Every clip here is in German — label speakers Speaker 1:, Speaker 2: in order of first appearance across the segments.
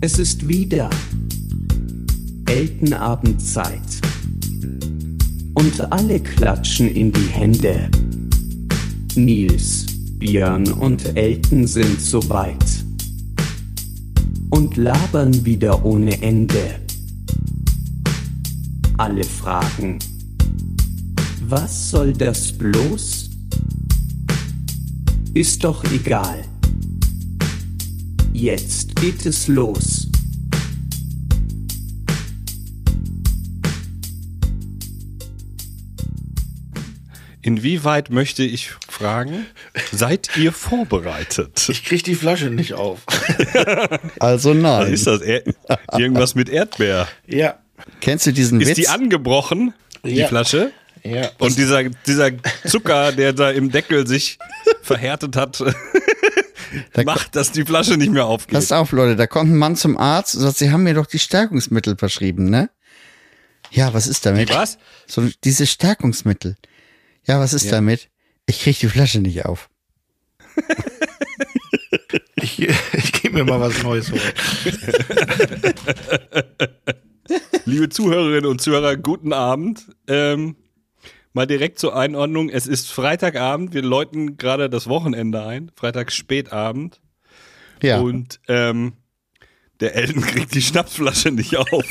Speaker 1: Es ist wieder Eltenabendzeit. Und alle klatschen in die Hände. Nils, Björn und Elton sind soweit. Und labern wieder ohne Ende. Alle fragen, was soll das bloß? Ist doch egal. Jetzt geht es los.
Speaker 2: Inwieweit möchte ich fragen, seid ihr vorbereitet?
Speaker 3: Ich krieg die Flasche nicht auf.
Speaker 4: Also
Speaker 2: Was
Speaker 4: nein.
Speaker 2: ist das? Er irgendwas mit Erdbeer.
Speaker 3: Ja,
Speaker 4: Kennst du diesen
Speaker 2: Ist
Speaker 4: Witz?
Speaker 2: die angebrochen, die
Speaker 3: Ja.
Speaker 2: Flasche?
Speaker 3: ja.
Speaker 2: Und dieser, dieser Zucker, der da im Deckel sich verhärtet hat, macht, dass die Flasche nicht mehr aufgeht.
Speaker 4: Passt auf, Leute, da kommt ein Mann zum Arzt und sagt, sie haben mir doch die Stärkungsmittel verschrieben, ne? Ja, was ist damit?
Speaker 2: Was?
Speaker 4: So, diese Stärkungsmittel. Ja, was ist damit? Ich krieg die Flasche nicht auf.
Speaker 3: Ich, ich gebe mir mal was Neues holen.
Speaker 2: Liebe Zuhörerinnen und Zuhörer, guten Abend. Ähm, mal direkt zur Einordnung. Es ist Freitagabend. Wir läuten gerade das Wochenende ein. Freitag spätabend.
Speaker 4: Ja.
Speaker 2: Und ähm, der Elden kriegt die Schnapsflasche nicht auf.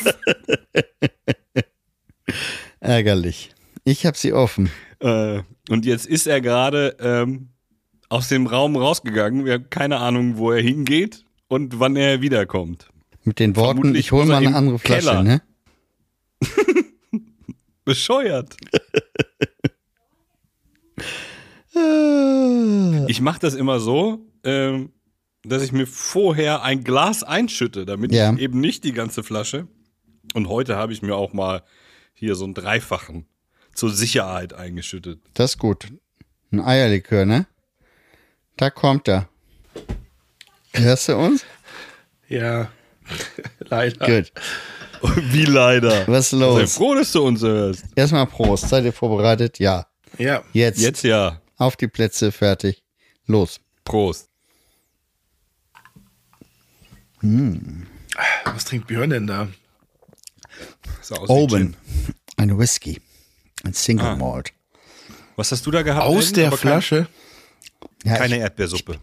Speaker 4: Ärgerlich. Ich hab sie offen.
Speaker 2: äh, und jetzt ist er gerade ähm, aus dem Raum rausgegangen. Wir haben keine Ahnung, wo er hingeht und wann er wiederkommt.
Speaker 4: Mit den Worten,
Speaker 2: Vermutlich
Speaker 4: ich hol
Speaker 2: muss er
Speaker 4: mal eine
Speaker 2: im
Speaker 4: andere Flasche,
Speaker 2: Keller.
Speaker 4: ne?
Speaker 2: Bescheuert.
Speaker 4: Äh,
Speaker 2: Ich mache das immer so, ähm, dass ich mir vorher ein Glas einschütte, damit
Speaker 4: Ja.
Speaker 2: ich eben nicht die ganze Flasche. Und heute habe ich mir auch mal hier so einen Dreifachen zur Sicherheit eingeschüttet.
Speaker 4: Das ist gut. Ein Eierlikör, ne? Da kommt er. Hörst du uns?
Speaker 3: Ja, leider.
Speaker 4: Gut.
Speaker 2: Wie leider.
Speaker 4: Was ist
Speaker 2: Sei
Speaker 4: los?
Speaker 2: froh, dass du uns hörst.
Speaker 4: Erstmal Prost. Seid ihr vorbereitet? Ja.
Speaker 3: Ja,
Speaker 4: Jetzt.
Speaker 2: Jetzt ja.
Speaker 4: Auf die Plätze, fertig. Los.
Speaker 2: Prost.
Speaker 3: was trinkt Björn denn da?
Speaker 2: Ist aus wie
Speaker 4: Oben.
Speaker 2: Gin.
Speaker 4: Ein Whisky. Ein Single
Speaker 2: Ah.
Speaker 4: Malt.
Speaker 2: Was hast du da gehabt?
Speaker 3: Aus
Speaker 2: Elden?
Speaker 3: der
Speaker 2: Aber kein-
Speaker 3: Flasche?
Speaker 4: Ja,
Speaker 2: Keine
Speaker 4: ich,
Speaker 2: Erdbeersuppe.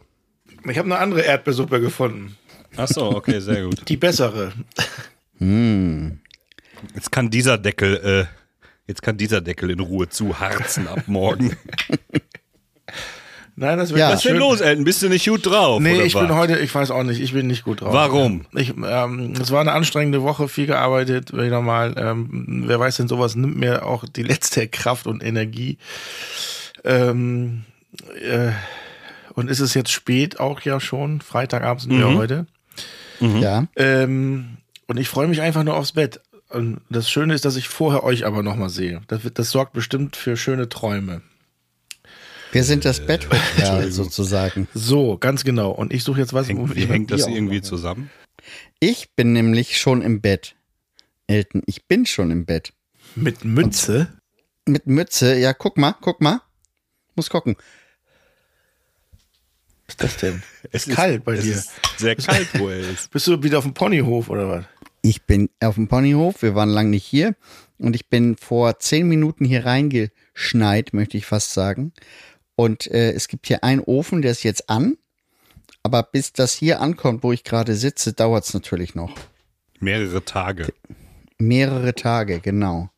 Speaker 3: Ich habe eine andere Erdbeersuppe gefunden.
Speaker 2: Ach so, okay, sehr gut.
Speaker 3: Die bessere.
Speaker 2: Jetzt kann dieser Deckel, äh, jetzt kann dieser Deckel in Ruhe zuharzen ab morgen.
Speaker 3: Nein, das wird
Speaker 4: Ja.
Speaker 3: ganz
Speaker 2: Was ist denn
Speaker 3: schön.
Speaker 2: los, Elton? Bist du nicht gut drauf?
Speaker 3: Nee,
Speaker 2: oder
Speaker 3: ich
Speaker 2: was?
Speaker 3: bin heute, ich weiß auch nicht, ich bin nicht gut drauf.
Speaker 2: Warum?
Speaker 3: Ich, ähm, es war eine anstrengende Woche, viel gearbeitet, wieder mal. Ähm, wer weiß denn, sowas nimmt mir auch die letzte Kraft und Energie. Ähm, äh, und ist es jetzt spät auch ja schon? Freitagabend sind
Speaker 2: Mhm.
Speaker 3: wir heute.
Speaker 4: ja.
Speaker 3: Ähm, und ich freue mich einfach nur aufs Bett. Und das Schöne ist, dass ich vorher euch aber nochmal sehe. Das, wird, das sorgt bestimmt für schöne Träume.
Speaker 4: Wir sind das Bettregal sozusagen.
Speaker 3: So, ganz genau. Und ich suche jetzt was, wo
Speaker 2: Hängt, wie
Speaker 3: ich
Speaker 2: hängt das
Speaker 4: Bier auch
Speaker 2: irgendwie zusammen?
Speaker 4: Ich bin nämlich schon im Bett. Elton, ich bin schon im Bett.
Speaker 3: mit Mütze.
Speaker 4: Mit Mütze. Ja, guck mal, guck mal. Muss gucken.
Speaker 3: Was ist das denn?
Speaker 2: Es
Speaker 3: kalt bei dir.
Speaker 2: Ist sehr kalt, wo er ist.
Speaker 3: Bist du wieder auf dem Ponyhof oder was?
Speaker 4: Ich bin auf dem Ponyhof. Wir waren lang nicht hier. Und ich bin vor zehn Minuten hier reingeschneit, möchte ich fast sagen. Und äh, es gibt hier einen Ofen, der ist jetzt an. Aber bis das hier ankommt, wo ich gerade sitze, dauert es natürlich noch.
Speaker 2: Mehrere Tage.
Speaker 4: Mehrere Tage, genau.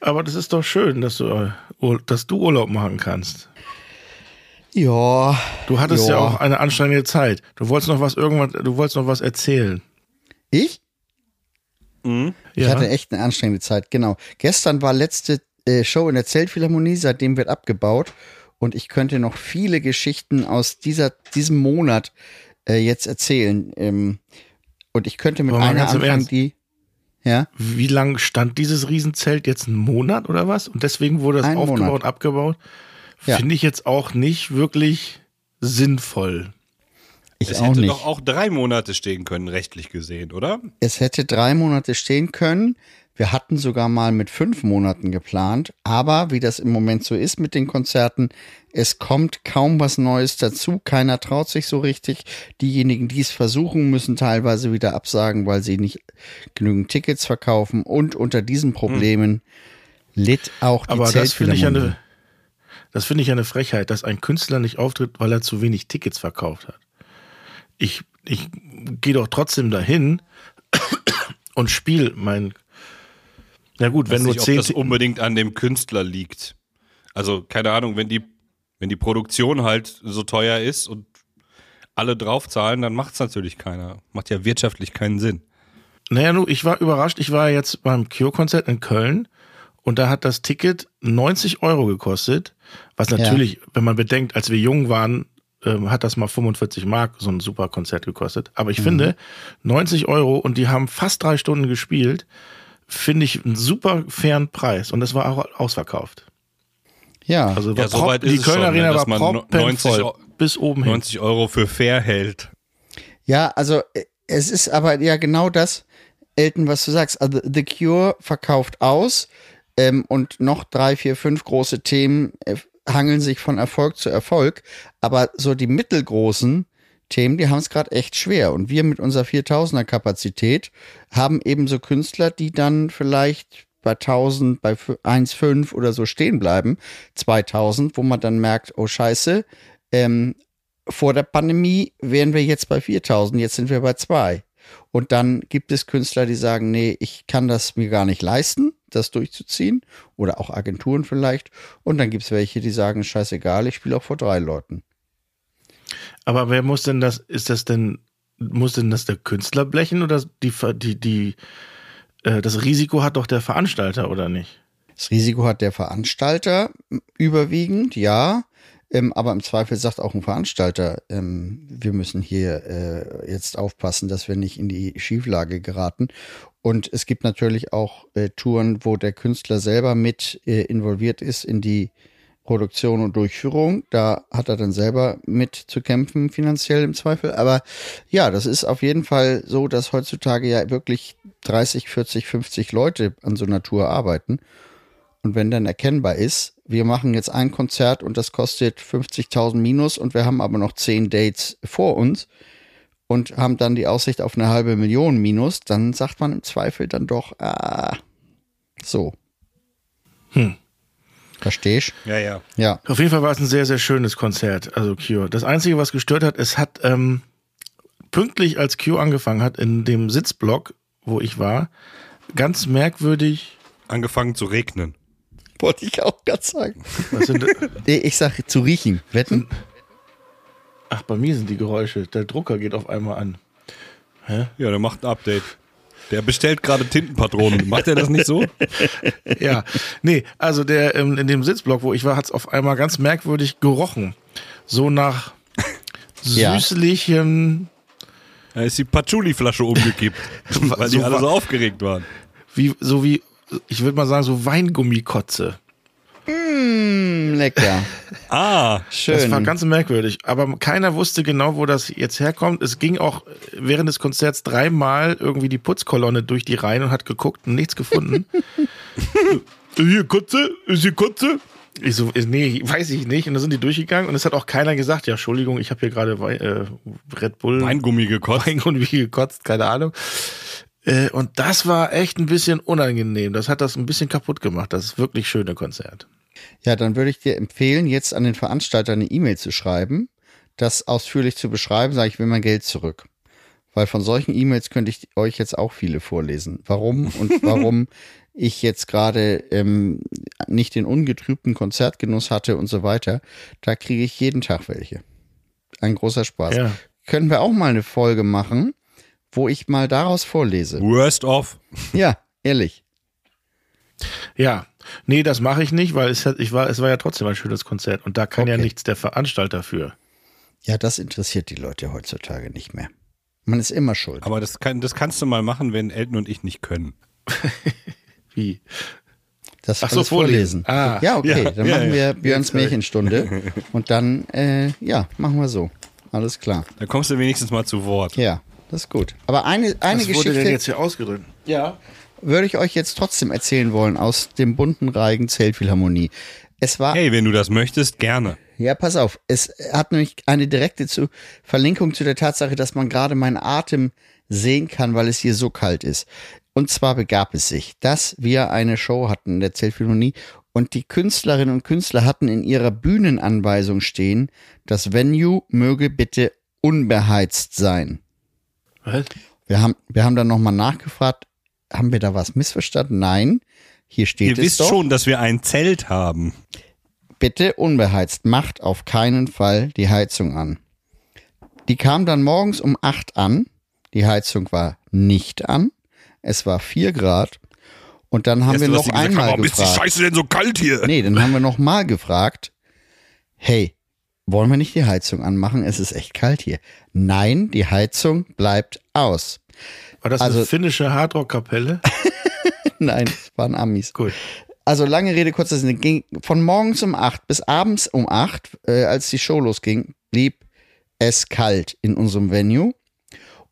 Speaker 3: Aber das ist doch schön, dass du, äh, Ur- dass du Urlaub machen kannst.
Speaker 4: Ja.
Speaker 3: Du hattest ja.
Speaker 4: Ja.
Speaker 3: auch eine anstrengende Zeit. Du wolltest noch was irgendwann, du wolltest noch was erzählen.
Speaker 4: Ich?
Speaker 3: Ja.
Speaker 2: Mhm.
Speaker 4: Ich hatte echt eine anstrengende Zeit, genau. Gestern war letzte äh, Show in der Zeltphilharmonie, seitdem wird abgebaut. Und ich könnte noch viele Geschichten aus dieser, diesem Monat äh, jetzt erzählen. Ähm, und ich könnte mit
Speaker 3: Aber mal
Speaker 4: einer
Speaker 3: ganz im
Speaker 4: anfangen,
Speaker 3: Ernst.
Speaker 4: die. Ja,
Speaker 3: Wie lang stand dieses Riesenzelt jetzt? Einen Monat oder was? Und deswegen wurde das
Speaker 4: Ein
Speaker 3: aufgebaut
Speaker 4: Monat.
Speaker 3: und abgebaut?
Speaker 4: Ja.
Speaker 3: Finde ich jetzt auch nicht wirklich sinnvoll.
Speaker 4: ich
Speaker 2: Es
Speaker 4: auch
Speaker 2: hätte
Speaker 4: nicht.
Speaker 2: doch auch drei Monate stehen können, rechtlich gesehen, oder?
Speaker 4: es hätte drei Monate stehen können, Wir hatten sogar mal mit fünf Monaten geplant, aber wie das im Moment so ist mit den Konzerten, es kommt kaum was Neues dazu. Keiner traut sich so richtig. Diejenigen, die es versuchen, müssen teilweise wieder absagen, weil sie nicht genügend Tickets verkaufen. Und unter diesen Problemen litt auch die
Speaker 3: Hm. Aber das finde ich ja
Speaker 4: Zeltphilharmonie.
Speaker 3: eine, das finde ich ja eine Frechheit, dass ein Künstler nicht auftritt, weil er zu wenig Tickets verkauft hat. Ich, ich gehe doch trotzdem dahin und spiele mein. Na gut, wenn
Speaker 2: Weiß
Speaker 3: nur
Speaker 2: nicht, ob
Speaker 3: zehn.
Speaker 2: das unbedingt an dem Künstler liegt. Also, keine Ahnung, wenn die, wenn die Produktion halt so teuer ist und alle draufzahlen, dann macht es natürlich keiner. Macht ja wirtschaftlich keinen Sinn.
Speaker 3: Naja, nu, ich war überrascht. Ich war jetzt beim Cure-Konzert in Köln und da hat das Ticket 90 Euro gekostet. Was natürlich, wenn man bedenkt, als wir jung waren, ähm, hat das mal 45 Mark so ein super Konzert gekostet. Aber ich finde, 90 Euro und die haben fast drei Stunden gespielt, finde ich einen super fairen Preis. Und es war auch ausverkauft.
Speaker 4: Ja,
Speaker 3: Also
Speaker 2: Ja,
Speaker 3: war
Speaker 2: so
Speaker 3: prop-
Speaker 2: weit ist
Speaker 3: die
Speaker 2: es
Speaker 3: Köln
Speaker 2: schon, ne,
Speaker 3: Arena
Speaker 2: dass man
Speaker 3: war proppenvoll
Speaker 2: 90
Speaker 3: bis oben hin.
Speaker 2: 90 Euro für fair hält.
Speaker 4: Ja, also äh, es ist aber ja genau das, Elton, was du sagst. Also The Cure verkauft aus ähm, und noch drei, vier, fünf große Themen äh, hangeln sich von Erfolg zu Erfolg. Aber so die mittelgroßen Themen, die haben es gerade echt schwer. Und wir mit unserer 4000er Kapazität haben eben so Künstler, die dann vielleicht bei 1000, bei fü- 1,5 oder so stehen bleiben, 2000, wo man dann merkt, oh scheiße, ähm, vor der Pandemie wären wir jetzt bei 4000, jetzt sind wir bei 2. Und dann gibt es Künstler, die sagen, nee, ich kann das mir gar nicht leisten, das durchzuziehen. Oder auch Agenturen vielleicht. Und dann gibt es welche, die sagen, scheißegal, ich spiele auch vor drei Leuten.
Speaker 3: Aber wer muss denn das, ist das denn, muss denn das der Künstler blechen oder die, Ver- die, die, äh, das Risiko hat doch der Veranstalter, oder nicht?
Speaker 4: Das Risiko hat der Veranstalter m, überwiegend, ja. Ähm, aber im Zweifel sagt auch ein Veranstalter, ähm, wir müssen hier äh, jetzt aufpassen, dass wir nicht in die Schieflage geraten. Und es gibt natürlich auch äh, Touren, wo der Künstler selber mit äh, involviert ist in die Produktion und Durchführung. Da hat er dann selber mit zu kämpfen, finanziell im Zweifel. Aber ja, das ist auf jeden Fall so, dass heutzutage ja wirklich 30, 40, 50 Leute an so einer Tour arbeiten. Und wenn dann erkennbar ist, wir machen jetzt ein Konzert und das kostet 50.000 minus und wir haben aber noch 10 Dates vor uns und haben dann die Aussicht auf eine halbe Million minus, dann sagt man im Zweifel dann doch, ah, so.
Speaker 3: Hm.
Speaker 4: Verstehst?
Speaker 2: Ja, ja.
Speaker 4: Ja.
Speaker 3: Auf jeden Fall war es ein sehr, sehr schönes Konzert, also Cure. Das Einzige, was gestört hat, es hat ähm, pünktlich als Cure angefangen hat, in dem Sitzblock, wo ich war, ganz merkwürdig.
Speaker 2: Angefangen zu regnen.
Speaker 4: Wollte ich auch ganz sagen.
Speaker 3: Was sind,
Speaker 4: Nee, ich sag zu riechen. Wetten?
Speaker 3: ach, bei mir sind die Geräusche. Der Drucker geht auf einmal an.
Speaker 2: Ja, der macht ein Update. Der bestellt gerade Tintenpatronen. Macht er das nicht so?
Speaker 3: ja, nee, also der ähm, in dem Sitzblock, wo ich war, hat's auf einmal ganz merkwürdig gerochen. So nach
Speaker 4: Ja.
Speaker 3: süßlichem,
Speaker 2: Da ist die Patchouli-Flasche umgekippt, weil die
Speaker 3: So
Speaker 2: alle
Speaker 3: wa-
Speaker 2: so aufgeregt waren.
Speaker 3: wie, so wie, ich würde mal sagen, so Weingummikotze.
Speaker 4: Hm, lecker.
Speaker 2: Ah,
Speaker 4: Schön.
Speaker 3: Das war ganz merkwürdig. Aber keiner wusste genau, wo das jetzt herkommt. Es ging auch während des Konzerts dreimal irgendwie die Putzkolonne durch die Reihen und hat geguckt und nichts gefunden. hier Kotze, ist hier Kotze. Ich so, nee, weiß ich nicht. Und dann sind die durchgegangen und es hat auch keiner gesagt, ja, Entschuldigung, ich habe hier gerade Wei- äh, Red Bull
Speaker 2: Weingummi gekotzt.
Speaker 3: Weingummi gekotzt, keine Ahnung. Äh, Und das war echt ein bisschen unangenehm. Das hat das ein bisschen kaputt gemacht. Das ist wirklich schöne Konzert.
Speaker 4: Ja, dann würde ich dir empfehlen, jetzt an den Veranstalter eine E-Mail zu schreiben, das ausführlich zu beschreiben, sage ich will mein Geld zurück. Weil von solchen E-Mails könnte ich euch jetzt auch viele vorlesen. Warum und warum ich jetzt gerade ähm, nicht den ungetrübten Konzertgenuss hatte und so weiter. Da kriege ich jeden Tag welche. Ein großer Spaß.
Speaker 3: Ja.
Speaker 4: Können wir auch mal eine Folge machen, wo ich mal daraus vorlese.
Speaker 2: Worst of.
Speaker 4: ja, ehrlich.
Speaker 3: Ja, nee, das mache ich nicht, weil es, hat, ich war, es war ja trotzdem ein schönes Konzert und da kann ja
Speaker 4: Okay.
Speaker 3: nichts der Veranstalter für.
Speaker 4: Ja, das interessiert die Leute heutzutage nicht mehr. Man ist immer schuld.
Speaker 2: Aber das, kann, das kannst du mal machen, wenn Elton und ich nicht können.
Speaker 3: Wie?
Speaker 4: Das
Speaker 3: Ach so,
Speaker 4: alles
Speaker 3: vorlesen.
Speaker 4: vorlesen.
Speaker 3: Ah,
Speaker 4: ja, okay.
Speaker 2: ja,
Speaker 4: dann
Speaker 2: ja,
Speaker 4: machen wir
Speaker 2: ja.
Speaker 4: Björns Märchenstunde. Und dann, äh, ja, machen wir so. Alles klar.
Speaker 2: Da kommst du wenigstens mal zu Wort.
Speaker 4: Ja, das ist gut. Aber eine, eine
Speaker 3: Was wurde denn
Speaker 4: Geschichte
Speaker 3: jetzt hier ausgedrückt?
Speaker 4: würde ich euch jetzt trotzdem erzählen wollen aus dem bunten Reigen Zellphilharmonie. Es war,
Speaker 2: Hey, wenn du das möchtest, gerne.
Speaker 4: ja, pass auf, es hat nämlich eine direkte zu Verlinkung zu der Tatsache, dass man gerade meinen Atem sehen kann, weil es hier so kalt ist. Und zwar begab es sich, dass wir eine Show hatten in der Zellphilharmonie und die Künstlerinnen und Künstler hatten in ihrer Bühnenanweisung stehen, das Venue möge bitte unbeheizt sein.
Speaker 3: Was?
Speaker 4: Wir haben, wir haben dann nochmal nachgefragt, haben wir da was missverstanden? Nein, hier steht
Speaker 2: Ihr
Speaker 4: es
Speaker 2: wisst
Speaker 4: doch.
Speaker 2: schon, dass wir ein Zelt haben.
Speaker 4: Bitte unbeheizt, macht auf keinen Fall die Heizung an. Die kam dann morgens um 8 an, die Heizung war nicht an, es war 4 Grad und dann haben
Speaker 2: Erst,
Speaker 4: wir
Speaker 2: was
Speaker 4: noch
Speaker 2: die gesagt
Speaker 4: einmal
Speaker 2: haben, warum ist die
Speaker 4: gefragt.
Speaker 2: Scheiße denn so kalt hier?
Speaker 4: Nee, dann haben wir nochmal gefragt, hey, wollen wir nicht die Heizung anmachen? Es ist echt kalt hier. Nein, die Heizung bleibt aus.
Speaker 3: War das
Speaker 4: Also-
Speaker 3: eine finnische Hardrock-Kapelle?
Speaker 4: Nein, es waren Amis.
Speaker 3: Gut.
Speaker 4: Also lange Rede, kurzer Sinn. Ging von morgens um 8 bis abends um 8, äh, als die Show losging, blieb es kalt in unserem Venue.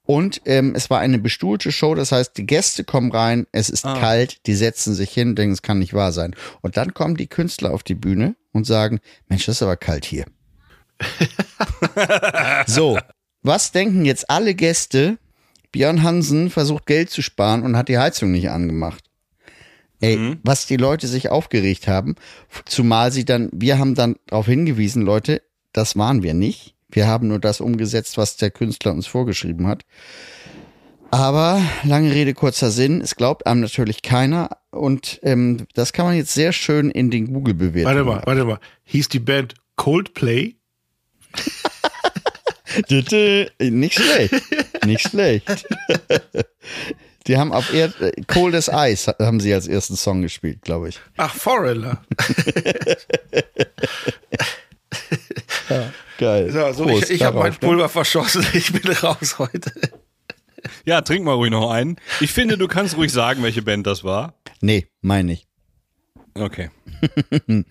Speaker 4: Und ähm, es war eine bestuhlte Show, das heißt, die Gäste kommen rein, es ist kalt, die setzen sich hin, denken, es kann nicht wahr sein. Und dann kommen die Künstler auf die Bühne und sagen, Mensch, das ist aber kalt hier. so, was denken jetzt alle Gäste? Björn Hansen versucht Geld zu sparen und hat die Heizung nicht angemacht. Ey, was die Leute sich aufgeregt haben, zumal sie dann, wir haben dann darauf hingewiesen, Leute, das waren wir nicht. Wir haben nur das umgesetzt, was der Künstler uns vorgeschrieben hat. Aber lange Rede, kurzer Sinn, es glaubt einem natürlich keiner. Und ähm, das kann man jetzt sehr schön in den Google bewerten.
Speaker 3: Warte mal, warte mal. Hieß die Band Coldplay?
Speaker 4: Nicht schlecht. Nicht schlecht. Die haben auf Erd äh, Cold as Ice haben sie als ersten Song gespielt, glaube ich.
Speaker 3: Ach, Foreigner.
Speaker 4: Geil.
Speaker 3: Ja, so,
Speaker 4: Prost
Speaker 3: ich ich habe
Speaker 4: darauf,
Speaker 3: mein
Speaker 4: ne?
Speaker 3: Pulver verschossen. Ich bin raus heute.
Speaker 2: Ja, trink mal ruhig noch einen. Ich finde, du kannst ruhig sagen, welche Band das war.
Speaker 4: Nee, meine ich.
Speaker 2: Okay.
Speaker 4: Nein,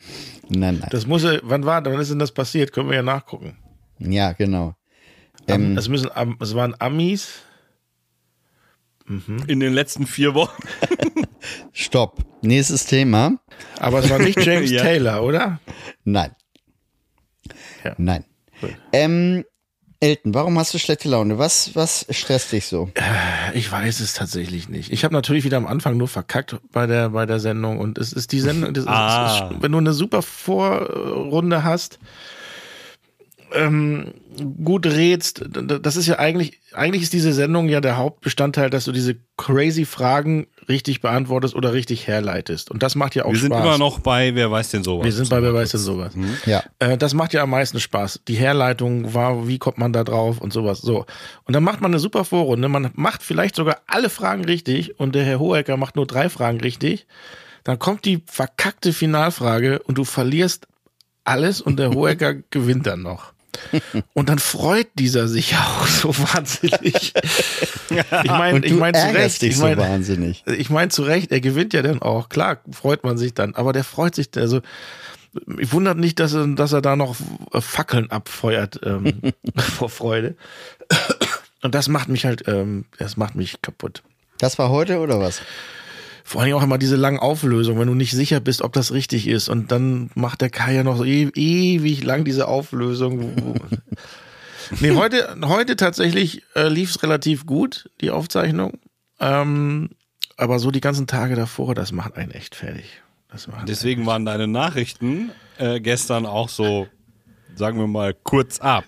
Speaker 4: nein.
Speaker 3: Das muss ja, wann war, wann ist denn das passiert? Können wir ja nachgucken.
Speaker 4: Ja, genau.
Speaker 3: Am- Das müssen, Am- das waren Amis.
Speaker 4: Hm?
Speaker 2: In den letzten vier Wochen.
Speaker 4: Stopp. Nächstes Thema.
Speaker 3: Aber es war nicht James
Speaker 2: Ja.
Speaker 3: Taylor, oder?
Speaker 4: Nein.
Speaker 3: Ja.
Speaker 4: Nein. Ähm, Elton, warum hast du schlechte Laune? Was, was stresst dich so?
Speaker 3: Ich weiß es tatsächlich nicht. Ich habe natürlich wieder am Anfang nur verkackt bei der, bei der Sendung. Und es ist die Sendung, das ist,
Speaker 2: Ah.
Speaker 3: es ist, wenn du eine super Vorrunde hast, ähm, gut rätst, d- d- das ist ja eigentlich, eigentlich ist diese Sendung ja der Hauptbestandteil, dass du diese crazy Fragen richtig beantwortest oder richtig herleitest. Und das macht ja auch
Speaker 2: Wir
Speaker 3: Spaß.
Speaker 2: sind immer noch Mhm. bei Wer weiß denn sowas.
Speaker 3: Wir sind bei Wer weiß denn sowas.
Speaker 4: Ja.
Speaker 3: Äh, das macht ja am meisten Spaß. Die Herleitung war, wie kommt man da drauf und sowas. So. Und dann macht man eine super Vorrunde. Man macht vielleicht sogar alle Fragen richtig und der Herr Hohecker macht nur drei Fragen richtig. Dann kommt die verkackte Finalfrage und du verlierst alles und der Hohecker gewinnt dann noch. Und dann freut dieser sich auch so wahnsinnig. Ich meine,
Speaker 4: Und du
Speaker 3: ich meine zu
Speaker 4: ärgerst
Speaker 3: Recht.
Speaker 4: dich
Speaker 3: ich
Speaker 4: so
Speaker 3: meine,
Speaker 4: wahnsinnig.
Speaker 3: Also ich meine zu Recht, er gewinnt ja dann auch. Klar, freut man sich dann, aber der freut sich, also ich wundert nicht, dass er, dass er da noch äh, Fackeln abfeuert ähm, vor Freude. Und das macht mich halt, ähm, das macht mich kaputt.
Speaker 4: Das war heute oder was?
Speaker 3: Vor allem auch immer diese langen Auflösungen, wenn du nicht sicher bist, ob das richtig ist. Und dann macht der Kai ja noch so e ewig lang diese Auflösung. wo- nee, heute, heute tatsächlich äh, lief es relativ gut, die Aufzeichnung. Ähm, aber so die ganzen Tage davor, das macht einen echt fertig. Das macht
Speaker 2: Deswegen waren deine Nachrichten äh, gestern auch so, sagen wir mal, kurz ab.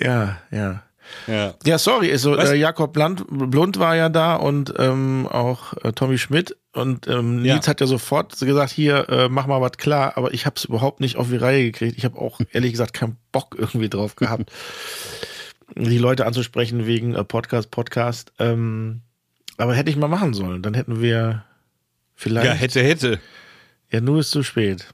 Speaker 3: Ja, ja.
Speaker 2: Ja.
Speaker 3: Ja, sorry, also
Speaker 2: Was?
Speaker 3: äh, Jakob Blunt, Blunt war ja da und ähm, auch äh, Tommy Schmidt und ähm,
Speaker 2: Ja.
Speaker 3: Nils hat ja sofort so gesagt, hier äh, mach mal was klar, aber ich habe es überhaupt nicht auf die Reihe gekriegt. Ich habe auch ehrlich gesagt keinen Bock irgendwie drauf gehabt, die Leute anzusprechen wegen äh, Podcast, Podcast. Ähm, aber hätte ich mal machen sollen, dann hätten wir vielleicht.
Speaker 2: ja,
Speaker 3: Ja,
Speaker 2: hätte, hätte.
Speaker 3: nur ist zu spät.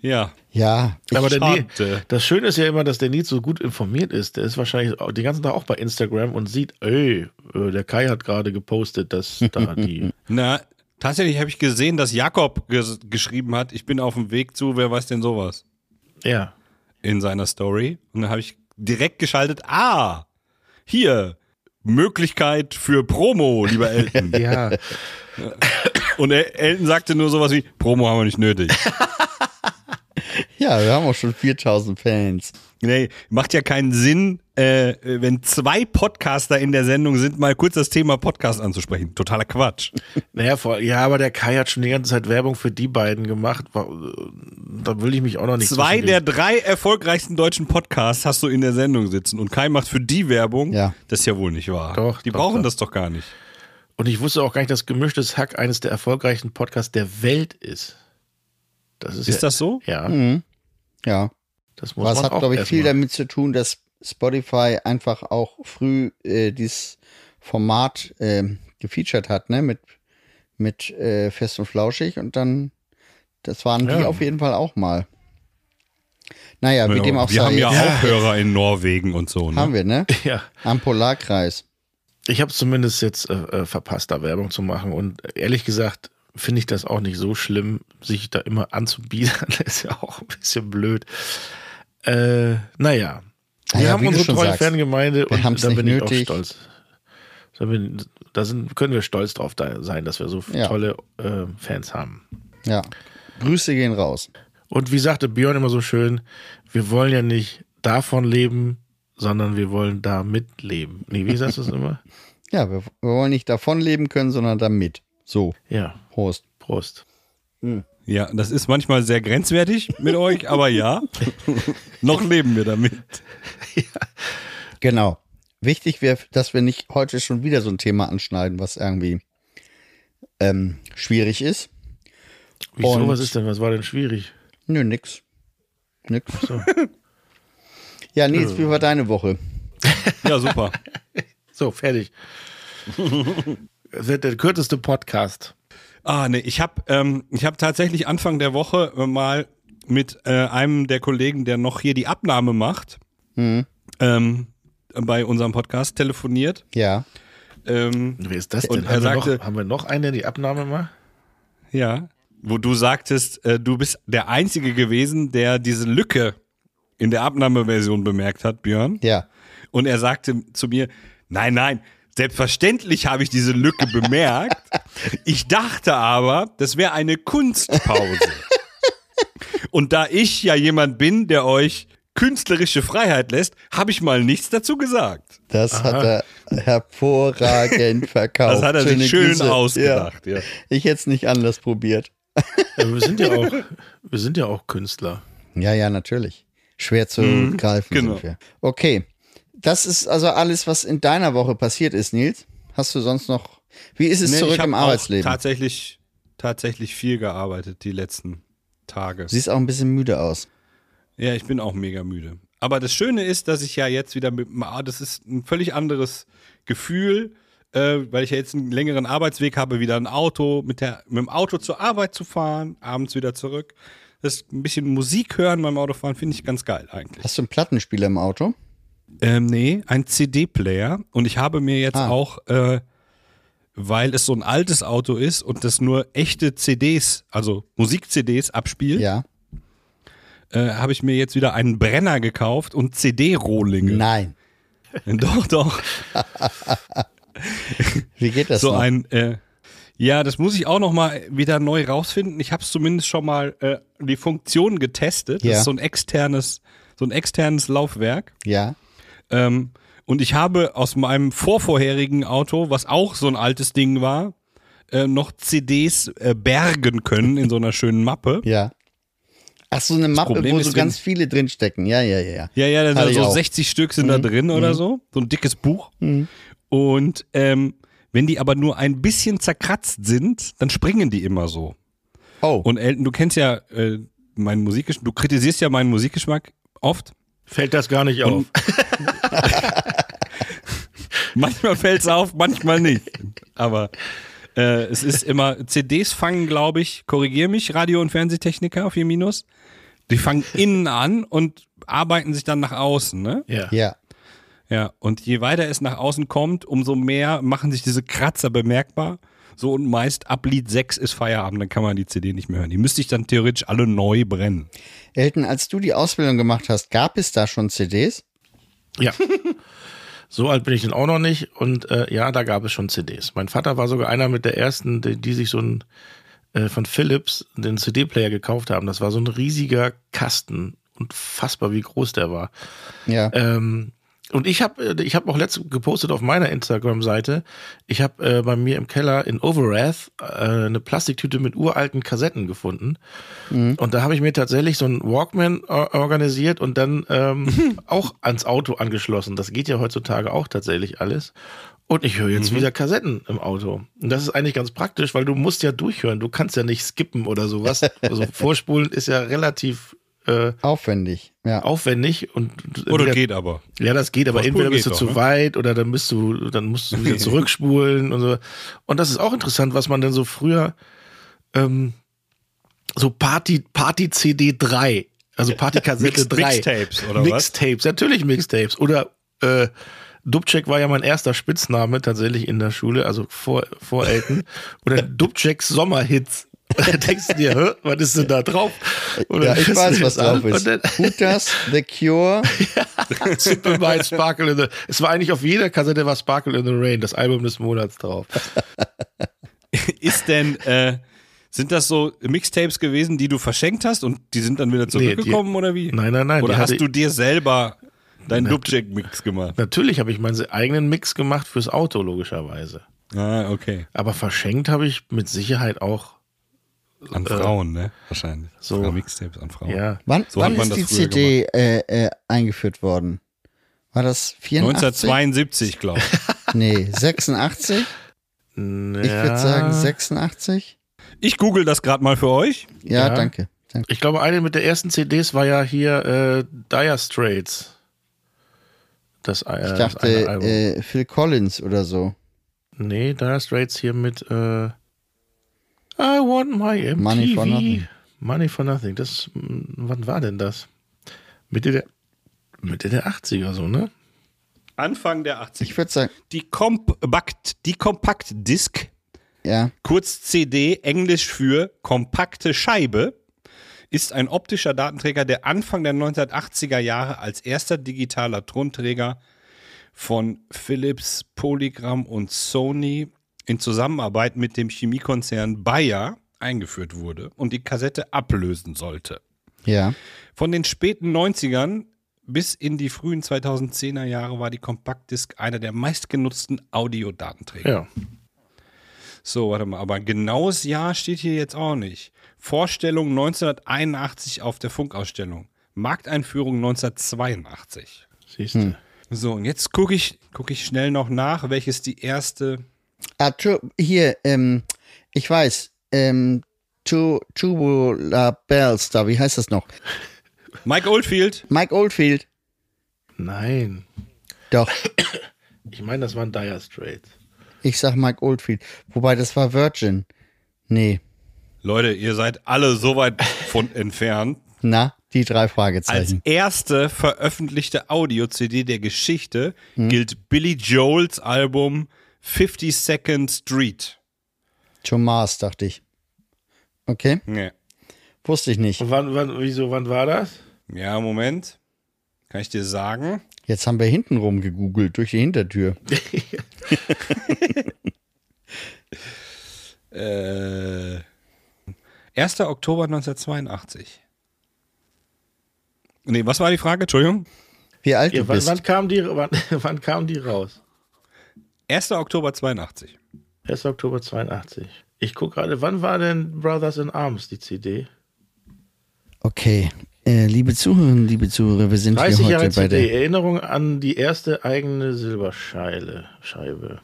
Speaker 2: Ja.
Speaker 4: Ja. Ich,
Speaker 3: Aber der
Speaker 2: Schade.
Speaker 3: Nils, das Schöne ist ja immer, dass der Nils so gut informiert ist. Der ist wahrscheinlich auch den ganzen Tag auch bei Instagram und sieht, ey, äh, der Kai hat gerade gepostet, dass da die.
Speaker 2: Na, tatsächlich habe ich gesehen, dass Jakob ges geschrieben hat, ich bin auf dem Weg zu Wer weiß denn sowas
Speaker 3: Ja.
Speaker 2: in seiner Story. Und dann habe ich direkt geschaltet, ah, hier, Möglichkeit für Promo, lieber Elton.
Speaker 3: Ja.
Speaker 2: Und El- Elton sagte nur sowas wie, Promo haben wir nicht nötig.
Speaker 4: Ja, wir haben auch schon 4000 Fans.
Speaker 2: Nee, macht ja keinen Sinn, äh, wenn zwei Podcaster in der Sendung sind, mal kurz das Thema Podcast anzusprechen. Totaler Quatsch.
Speaker 3: Naja, vor, ja, aber der Kai hat schon die ganze Zeit Werbung für die beiden gemacht. Wa- äh, Da will ich mich auch noch nicht
Speaker 2: Zwei
Speaker 3: zwischen
Speaker 2: der drei erfolgreichsten deutschen Podcasts hast du in der Sendung sitzen und Kai macht für die Werbung.
Speaker 4: Ja.
Speaker 2: Das ist ja wohl nicht wahr.
Speaker 3: Doch,
Speaker 2: Die
Speaker 3: doch,
Speaker 2: brauchen
Speaker 3: doch.
Speaker 2: das doch gar nicht.
Speaker 3: Und ich wusste auch gar nicht, dass Gemischtes Hack eines der erfolgreichsten Podcasts der Welt ist. Das ist,
Speaker 2: Ist
Speaker 3: ja,
Speaker 2: das Hm. so?
Speaker 3: Ja,
Speaker 4: Ja.
Speaker 3: das muss
Speaker 4: Was
Speaker 3: man
Speaker 4: hat,
Speaker 3: auch
Speaker 4: glaube ich, viel
Speaker 3: erstmal-
Speaker 4: damit zu tun, dass Spotify einfach auch früh äh, dieses Format ähm, gefeatured hat, ne? Mit, mit äh, Fest und Flauschig und dann, das waren die
Speaker 3: Ja.
Speaker 4: auf jeden Fall auch mal. Naja,
Speaker 3: Genau.
Speaker 4: wie
Speaker 2: Ja,
Speaker 4: dem auch
Speaker 2: wir
Speaker 4: sei,
Speaker 2: haben ja,
Speaker 4: jetzt
Speaker 2: auch Hörer in Norwegen und so. Ne?
Speaker 4: haben wir, ne?
Speaker 3: Ja,
Speaker 4: Am Polarkreis.
Speaker 3: ich habe zumindest jetzt äh, äh, verpasst, da Werbung zu machen. Und ehrlich gesagt finde ich das auch nicht so schlimm, sich da immer anzubiedern. ist ja auch ein bisschen blöd. Äh, naja, wir
Speaker 4: Naja, wie
Speaker 3: haben
Speaker 4: du
Speaker 3: unsere
Speaker 4: schon
Speaker 3: treue
Speaker 4: sagst.
Speaker 3: Fangemeinde
Speaker 4: Wir haben's
Speaker 3: und da
Speaker 4: nicht
Speaker 3: bin ich
Speaker 4: nötig.
Speaker 3: auch stolz. Da, bin, da sind, können wir stolz drauf da sein, dass wir so
Speaker 4: Ja.
Speaker 3: tolle äh, Fans haben.
Speaker 4: Ja. Grüße gehen raus.
Speaker 3: Und wie sagte Björn immer so schön, wir wollen ja nicht davon leben, sondern wir wollen da mitleben. Nee, wie sagst du es immer?
Speaker 4: Ja, wir, wir wollen nicht davon leben können, sondern damit. So,
Speaker 3: Ja,
Speaker 4: Prost.
Speaker 3: Prost.
Speaker 2: Ja, das ist manchmal sehr grenzwertig mit euch, aber ja, noch leben wir damit.
Speaker 4: Genau. Wichtig wäre, dass wir nicht heute schon wieder so ein Thema anschneiden, was irgendwie ähm, schwierig ist.
Speaker 3: Wieso,
Speaker 4: Und-
Speaker 3: was ist denn, was war denn schwierig?
Speaker 4: Nö, nix. Nix.
Speaker 3: so.
Speaker 4: ja, Nils, wie war deine Woche?
Speaker 2: Ja, super.
Speaker 3: So, fertig. Das wird der kürzeste Podcast.
Speaker 2: Ah, nee, ich habe ähm, ich hab tatsächlich Anfang der Woche äh, mal mit äh, einem der Kollegen, der noch hier die Abnahme macht, ähm, bei unserem Podcast telefoniert.
Speaker 4: Ja.
Speaker 2: Ähm,
Speaker 3: Wer ist das
Speaker 2: Und
Speaker 3: denn?
Speaker 2: er
Speaker 3: haben, wir
Speaker 2: sagte-
Speaker 3: noch, haben wir noch einen, der die Abnahme macht?
Speaker 2: ja. Wo du sagtest, äh, du bist der Einzige gewesen, der diese Lücke in der Abnahmeversion bemerkt hat, Björn.
Speaker 4: Ja.
Speaker 2: Und er sagte zu mir, nein, nein, selbstverständlich habe ich diese Lücke bemerkt. Ich dachte aber, das wäre eine Kunstpause. Und da ich ja jemand bin, der euch künstlerische Freiheit lässt, habe ich mal nichts dazu gesagt.
Speaker 4: Das hat er hervorragend verkauft.
Speaker 2: Das hat er sich schön
Speaker 4: Grüße.
Speaker 2: ausgedacht. Ja.
Speaker 4: Ja. Ich hätte es nicht anders probiert.
Speaker 3: Ja, wir, sind ja auch, wir sind ja auch Künstler.
Speaker 4: Ja, ja, natürlich. Schwer zu greifen
Speaker 2: genau.
Speaker 4: sind wir. Okay. Das ist also alles, was in deiner Woche passiert ist, Nils. Hast du sonst noch. Wie ist es
Speaker 2: Nee, ich
Speaker 4: zurück
Speaker 2: habe
Speaker 4: im
Speaker 2: auch
Speaker 4: Arbeitsleben?
Speaker 2: Tatsächlich, tatsächlich viel gearbeitet die letzten Tage.
Speaker 4: Siehst auch ein bisschen müde aus.
Speaker 2: Ja, ich bin auch mega müde. Aber das Schöne ist, dass ich ja jetzt wieder mit dem, Ar- das ist ein völlig anderes Gefühl, äh, weil ich ja jetzt einen längeren Arbeitsweg habe, wieder ein Auto, mit, der, mit dem Auto zur Arbeit zu fahren, abends wieder zurück. Das ein bisschen Musik hören beim Autofahren finde ich ganz geil eigentlich.
Speaker 4: Hast du einen Plattenspieler im Auto?
Speaker 2: Ähm, nee, ein CD-Player. Und ich habe mir jetzt
Speaker 4: Ah.
Speaker 2: auch, äh, weil es so ein altes Auto ist und das nur echte CDs, also Musik-CDs abspielt,
Speaker 4: Ja.
Speaker 2: äh, habe ich mir jetzt wieder einen Brenner gekauft und CD-Rohlinge.
Speaker 4: Nein.
Speaker 2: Doch, doch.
Speaker 4: Wie geht das
Speaker 2: so
Speaker 4: noch?
Speaker 2: ein. Äh, ja, das muss ich auch noch mal wieder neu rausfinden. Ich habe zumindest schon mal äh, die Funktion getestet.
Speaker 4: Ja.
Speaker 2: Das ist so ein externes, so ein externes Laufwerk.
Speaker 4: ja.
Speaker 2: Ähm, und ich habe aus meinem vorvorherigen Auto, was auch so ein altes Ding war, äh, noch CDs äh, bergen können in so einer schönen Mappe.
Speaker 4: Ja. Ach, so eine Mappe,
Speaker 2: Problem
Speaker 4: wo
Speaker 2: ist,
Speaker 4: so
Speaker 2: wenn-
Speaker 4: ganz viele drinstecken. Ja, ja, ja, ja.
Speaker 2: Ja, ja, da
Speaker 4: Hatte
Speaker 2: sind
Speaker 4: ich
Speaker 2: so
Speaker 4: auch. Mhm.
Speaker 2: 60 Stück sind da drin oder so. So ein dickes Buch. Und ähm, wenn die aber nur ein bisschen zerkratzt sind, dann springen die immer so.
Speaker 4: Oh,
Speaker 2: Und Elton, du kennst ja äh, meinen Musikgeschmack, du kritisierst ja meinen Musikgeschmack oft.
Speaker 3: Fällt das gar nicht auf.
Speaker 2: Manchmal fällt es auf, manchmal nicht. Aber äh, es ist immer, CDs fangen, glaube ich, korrigier mich, Radio- und Fernsehtechniker auf ihr Minus. Die fangen innen an und arbeiten sich dann nach außen, ne?
Speaker 3: Ja.
Speaker 4: ja.
Speaker 2: Ja, und je weiter es nach außen kommt, umso mehr machen sich diese Kratzer bemerkbar. So und meist ab Lied 6 ist Feierabend, dann kann man die CD nicht mehr hören. Die müsste ich dann theoretisch alle neu brennen.
Speaker 4: Elton, als du die Ausbildung gemacht hast, gab es da schon CDs?
Speaker 3: ja. So alt bin ich denn auch noch nicht. Und äh, ja, da gab es schon CDs. Mein Vater war sogar einer mit der ersten, die, die sich so ein äh, von Philips den CD-Player gekauft haben. Das war so ein riesiger Kasten. Unfassbar, wie groß der war.
Speaker 4: Ja.
Speaker 2: Äh.
Speaker 3: Ähm, und ich habe ich hab auch letztens gepostet auf meiner Instagram-Seite, ich habe äh, bei mir im Keller in Overath äh, eine Plastiktüte mit uralten Kassetten gefunden. Und da habe ich mir tatsächlich so einen Walkman or- organisiert und dann ähm, auch ans Auto angeschlossen. Das geht ja heutzutage auch tatsächlich alles. Und ich höre jetzt wieder Kassetten im Auto. Und das ist eigentlich ganz praktisch, weil du musst ja durchhören. Du kannst ja nicht skippen oder sowas. Also vorspulen ist ja relativ äh,
Speaker 4: Aufwendig. Ja.
Speaker 3: aufwendig. Und
Speaker 2: Oder
Speaker 3: entweder-
Speaker 2: geht aber.
Speaker 3: ja, das geht, aber
Speaker 2: Vorspulen
Speaker 3: entweder bist du
Speaker 2: geht
Speaker 3: zu
Speaker 2: doch, ne?
Speaker 3: weit oder dann bist du, dann musst du wieder zurückspulen und so. Und das ist auch interessant, was man denn so früher ähm, so Party, Party CD 3, also Party Kassette
Speaker 2: Mix-
Speaker 3: 3.
Speaker 2: Mixtapes, oder was?
Speaker 3: Mixtapes, natürlich Mixtapes. Oder äh, Dubček war ja mein erster Spitzname tatsächlich in der Schule, also vor, vor Elton. Oder Dubčeks Sommerhits. da denkst du dir, hä, was ist denn da drauf?
Speaker 2: Oh,
Speaker 3: Und
Speaker 4: Ja,
Speaker 3: dann
Speaker 4: ich
Speaker 3: hörst du
Speaker 4: weiß,
Speaker 3: dir
Speaker 4: was
Speaker 3: das an
Speaker 4: drauf
Speaker 3: Und
Speaker 4: ist.
Speaker 3: dann,
Speaker 4: Hooters, The Cure,
Speaker 3: Simple Minds, Sparkle in the Es war eigentlich auf jeder Kassette war Sparkle in the Rain, das Album des Monats drauf.
Speaker 2: Ist denn, äh, sind das so Mixtapes gewesen, die du verschenkt hast und die sind dann wieder
Speaker 3: die-
Speaker 2: zurückgekommen oder wie?
Speaker 3: Nein, nein, nein,
Speaker 2: Oder
Speaker 3: die
Speaker 2: hast
Speaker 3: hatte-
Speaker 2: du dir selber deinen Dubjack-Mix gemacht?
Speaker 3: Natürlich habe ich meinen eigenen Mix gemacht fürs Auto, logischerweise.
Speaker 2: Ah, okay.
Speaker 3: Aber verschenkt habe ich mit Sicherheit auch.
Speaker 2: An Frauen, ne? Wahrscheinlich.
Speaker 3: Äh, so.
Speaker 2: Fra- Mixtapes an Frauen.
Speaker 3: Ja.
Speaker 4: Wann,
Speaker 2: So hat
Speaker 4: wann
Speaker 2: man
Speaker 4: ist
Speaker 2: das
Speaker 4: die
Speaker 2: früher
Speaker 4: CD äh, äh, eingeführt worden? War das 84?
Speaker 2: 1982, glaube ich.
Speaker 4: Nee, 86? Ich würde sagen 86.
Speaker 2: Ich google das gerade mal für euch.
Speaker 4: Ja,
Speaker 3: Ja.
Speaker 4: danke. danke.
Speaker 3: Ich glaube, eine mit der ersten CDs war ja hier äh, Dire Straits. Das, äh,
Speaker 4: Ich
Speaker 3: das eine
Speaker 4: dachte
Speaker 3: Album.
Speaker 4: äh, Phil Collins oder so.
Speaker 3: Nee, Dire Straits hier mit äh, I want my MTV.
Speaker 4: Money for nothing.
Speaker 3: Money for nothing. Das, mh, wann war denn das? Mitte der, Mitte der 80er so, ne?
Speaker 2: Anfang der 80er.
Speaker 4: Ich würde sagen,
Speaker 2: Die Kompakt, die Kompakt Disc,
Speaker 4: ja.
Speaker 2: kurz CD, Englisch für kompakte Scheibe, ist ein optischer Datenträger, der Anfang der 1980er Jahre als erster digitaler Tonträger von Philips, Polygram und Sony in Zusammenarbeit mit dem Chemiekonzern Bayer eingeführt wurde und die Kassette ablösen sollte.
Speaker 4: Ja.
Speaker 2: Von den späten 90ern bis in die frühen 2010er Jahre war die Kompaktdisk einer der meistgenutzten Audiodatenträger.
Speaker 3: Ja.
Speaker 2: So, warte mal, aber genaues Jahr steht hier jetzt auch nicht. Vorstellung 1981 auf der Funkausstellung. Markteinführung 1982.
Speaker 3: Siehst du.
Speaker 4: Hm.
Speaker 2: So, und jetzt gucke ich, guck ich schnell noch nach, welches die erste.
Speaker 4: Ah, tu, hier, ähm, ich weiß, ähm, tu, Tubular Bells, da, wie heißt das noch?
Speaker 2: Mike Oldfield.
Speaker 4: Mike Oldfield.
Speaker 3: Nein.
Speaker 4: Doch,
Speaker 3: Ich meine, das waren Dire Straits.
Speaker 4: ich sag Mike Oldfield. Wobei, das war Virgin. Nee.
Speaker 2: Leute, ihr seid alle so weit von entfernt.
Speaker 4: Na, die drei
Speaker 2: Als
Speaker 4: Fragezeichen.
Speaker 2: erste veröffentlichte Audio-CD der Geschichte gilt Billy Joels Album 52nd Street.
Speaker 4: John Mars, dachte ich. Okay,
Speaker 2: Nee.
Speaker 4: wusste ich nicht.
Speaker 3: Und wann, wann, wieso, wann war das?
Speaker 2: Ja, Moment. Kann ich dir sagen?
Speaker 4: Jetzt haben wir hintenrum gegoogelt, durch die Hintertür.
Speaker 2: Äh, 1. Oktober 1982. Nee, was war die Frage? Entschuldigung.
Speaker 4: Wie alt
Speaker 3: Ja,
Speaker 4: du
Speaker 3: wann,
Speaker 4: bist.
Speaker 3: wann, kam die, wann, wann kam die raus?
Speaker 2: 1. Oktober 82.
Speaker 3: 1. Oktober 82. Ich gucke gerade, wann war denn Brothers in Arms, die CD?
Speaker 4: Okay. Äh, liebe Zuhörerinnen, liebe Zuhörer, wir sind hier
Speaker 3: 30 Jahre
Speaker 4: heute bei
Speaker 3: CD.
Speaker 4: der.
Speaker 3: Erinnerung an die erste eigene Silberscheibe. Scheibe.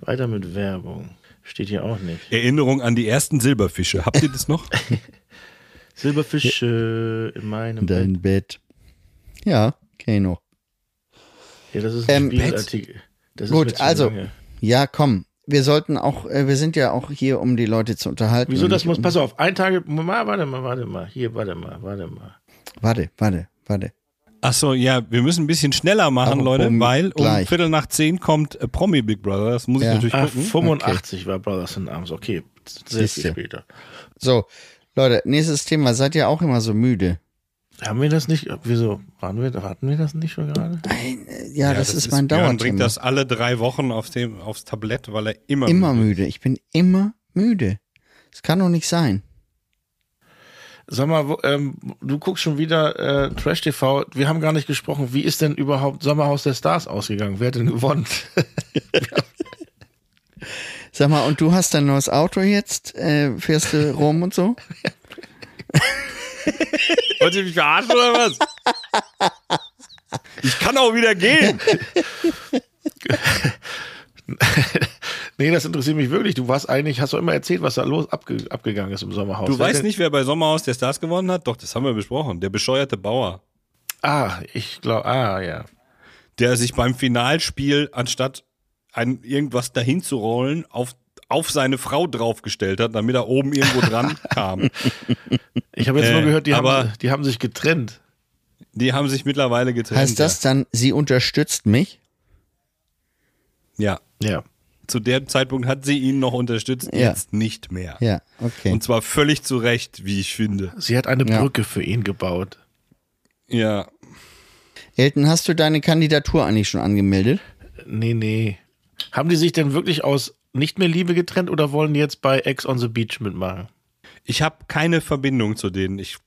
Speaker 3: Weiter mit Werbung. Steht hier auch nicht.
Speaker 2: Erinnerung an die ersten Silberfische. Habt ihr das noch?
Speaker 3: Silberfische äh, in meinem Bett.
Speaker 4: Dein Bett. Ja, okay noch.
Speaker 3: Ja, das ist ein
Speaker 4: Ähm,
Speaker 3: Spielartikel. Das ist mir
Speaker 4: Gut,
Speaker 3: zu
Speaker 4: also,
Speaker 3: lange.
Speaker 4: ja, komm. Wir sollten auch, äh, wir sind ja auch hier, um die Leute zu unterhalten.
Speaker 3: Wieso
Speaker 4: und
Speaker 3: das
Speaker 4: nicht
Speaker 3: muss?
Speaker 4: um-
Speaker 3: Pass auf, ein Tage. Mal, warte mal, warte mal. Hier, warte mal, warte mal.
Speaker 4: Warte, warte, warte.
Speaker 2: Achso, ja, wir müssen ein bisschen schneller machen,
Speaker 4: Aber
Speaker 2: Leute,
Speaker 4: Promi
Speaker 2: weil um
Speaker 4: gleich.
Speaker 2: Viertel nach zehn kommt äh, Promi Big Brother. Das muss
Speaker 4: Ja.
Speaker 2: ich natürlich
Speaker 3: Ah,
Speaker 2: gucken.
Speaker 3: 85 war Brothers in Arms. Okay, sehr viel
Speaker 4: Siehste.
Speaker 3: später.
Speaker 4: So, Leute, nächstes Thema. Seid ihr auch immer so müde?
Speaker 3: Haben wir das nicht? Wieso? Waren wir, hatten wir das nicht schon gerade?
Speaker 4: Nein, äh, ja, das, ist mein
Speaker 2: Björn
Speaker 4: Dauerthema.
Speaker 2: bringt das alle drei Wochen aufs, dem, aufs Tablett, weil er immer.
Speaker 4: immer
Speaker 2: müde
Speaker 4: müde. Ich bin immer müde. Es kann doch nicht sein.
Speaker 3: Sag mal, wo, ähm, du guckst schon wieder äh, Trash TV. Wir haben gar nicht gesprochen. Wie ist denn überhaupt Sommerhaus der Stars ausgegangen? Wer hat denn gewonnen?
Speaker 4: Sag mal, und du hast dein neues Auto jetzt? Äh, fährst du rum und so?
Speaker 2: ist. Wollt ihr mich verarschen oder was? Ich kann auch wieder gehen.
Speaker 3: nee, das interessiert mich wirklich. Du warst eigentlich, hast du immer erzählt, was da los abge, abgegangen ist im Sommerhaus.
Speaker 2: Du
Speaker 3: Wer
Speaker 2: weißt
Speaker 3: denn-
Speaker 2: nicht, wer bei Sommerhaus der Stars gewonnen hat? Doch, das haben wir besprochen. Der bescheuerte Bauer,
Speaker 3: Ah, ich glaube, ah, ja.
Speaker 2: der sich beim Finalspiel, anstatt ein, irgendwas dahin zu rollen, auf, auf seine Frau draufgestellt hat, damit er oben irgendwo dran kam.
Speaker 3: Ich habe jetzt
Speaker 2: Äh,
Speaker 3: nur gehört, die,
Speaker 2: aber-
Speaker 3: haben, die haben sich getrennt.
Speaker 2: Die haben sich mittlerweile getrennt.
Speaker 4: Heißt das dann, sie unterstützt mich?
Speaker 2: Ja. ja.
Speaker 3: Ja.
Speaker 2: Zu dem Zeitpunkt hat sie ihn noch unterstützt,
Speaker 4: Ja.
Speaker 2: jetzt nicht mehr.
Speaker 4: Ja, okay.
Speaker 2: Und zwar völlig zu Recht, wie ich finde.
Speaker 3: Sie hat eine
Speaker 4: Ja.
Speaker 3: Brücke für ihn gebaut.
Speaker 2: Ja.
Speaker 4: Elton, hast du deine Kandidatur eigentlich schon angemeldet?
Speaker 3: Nee, nee. Haben die sich denn wirklich aus nicht mehr Liebe getrennt oder wollen die jetzt bei Ex on the Beach mitmachen?
Speaker 2: Ich habe keine Verbindung zu denen. Ich,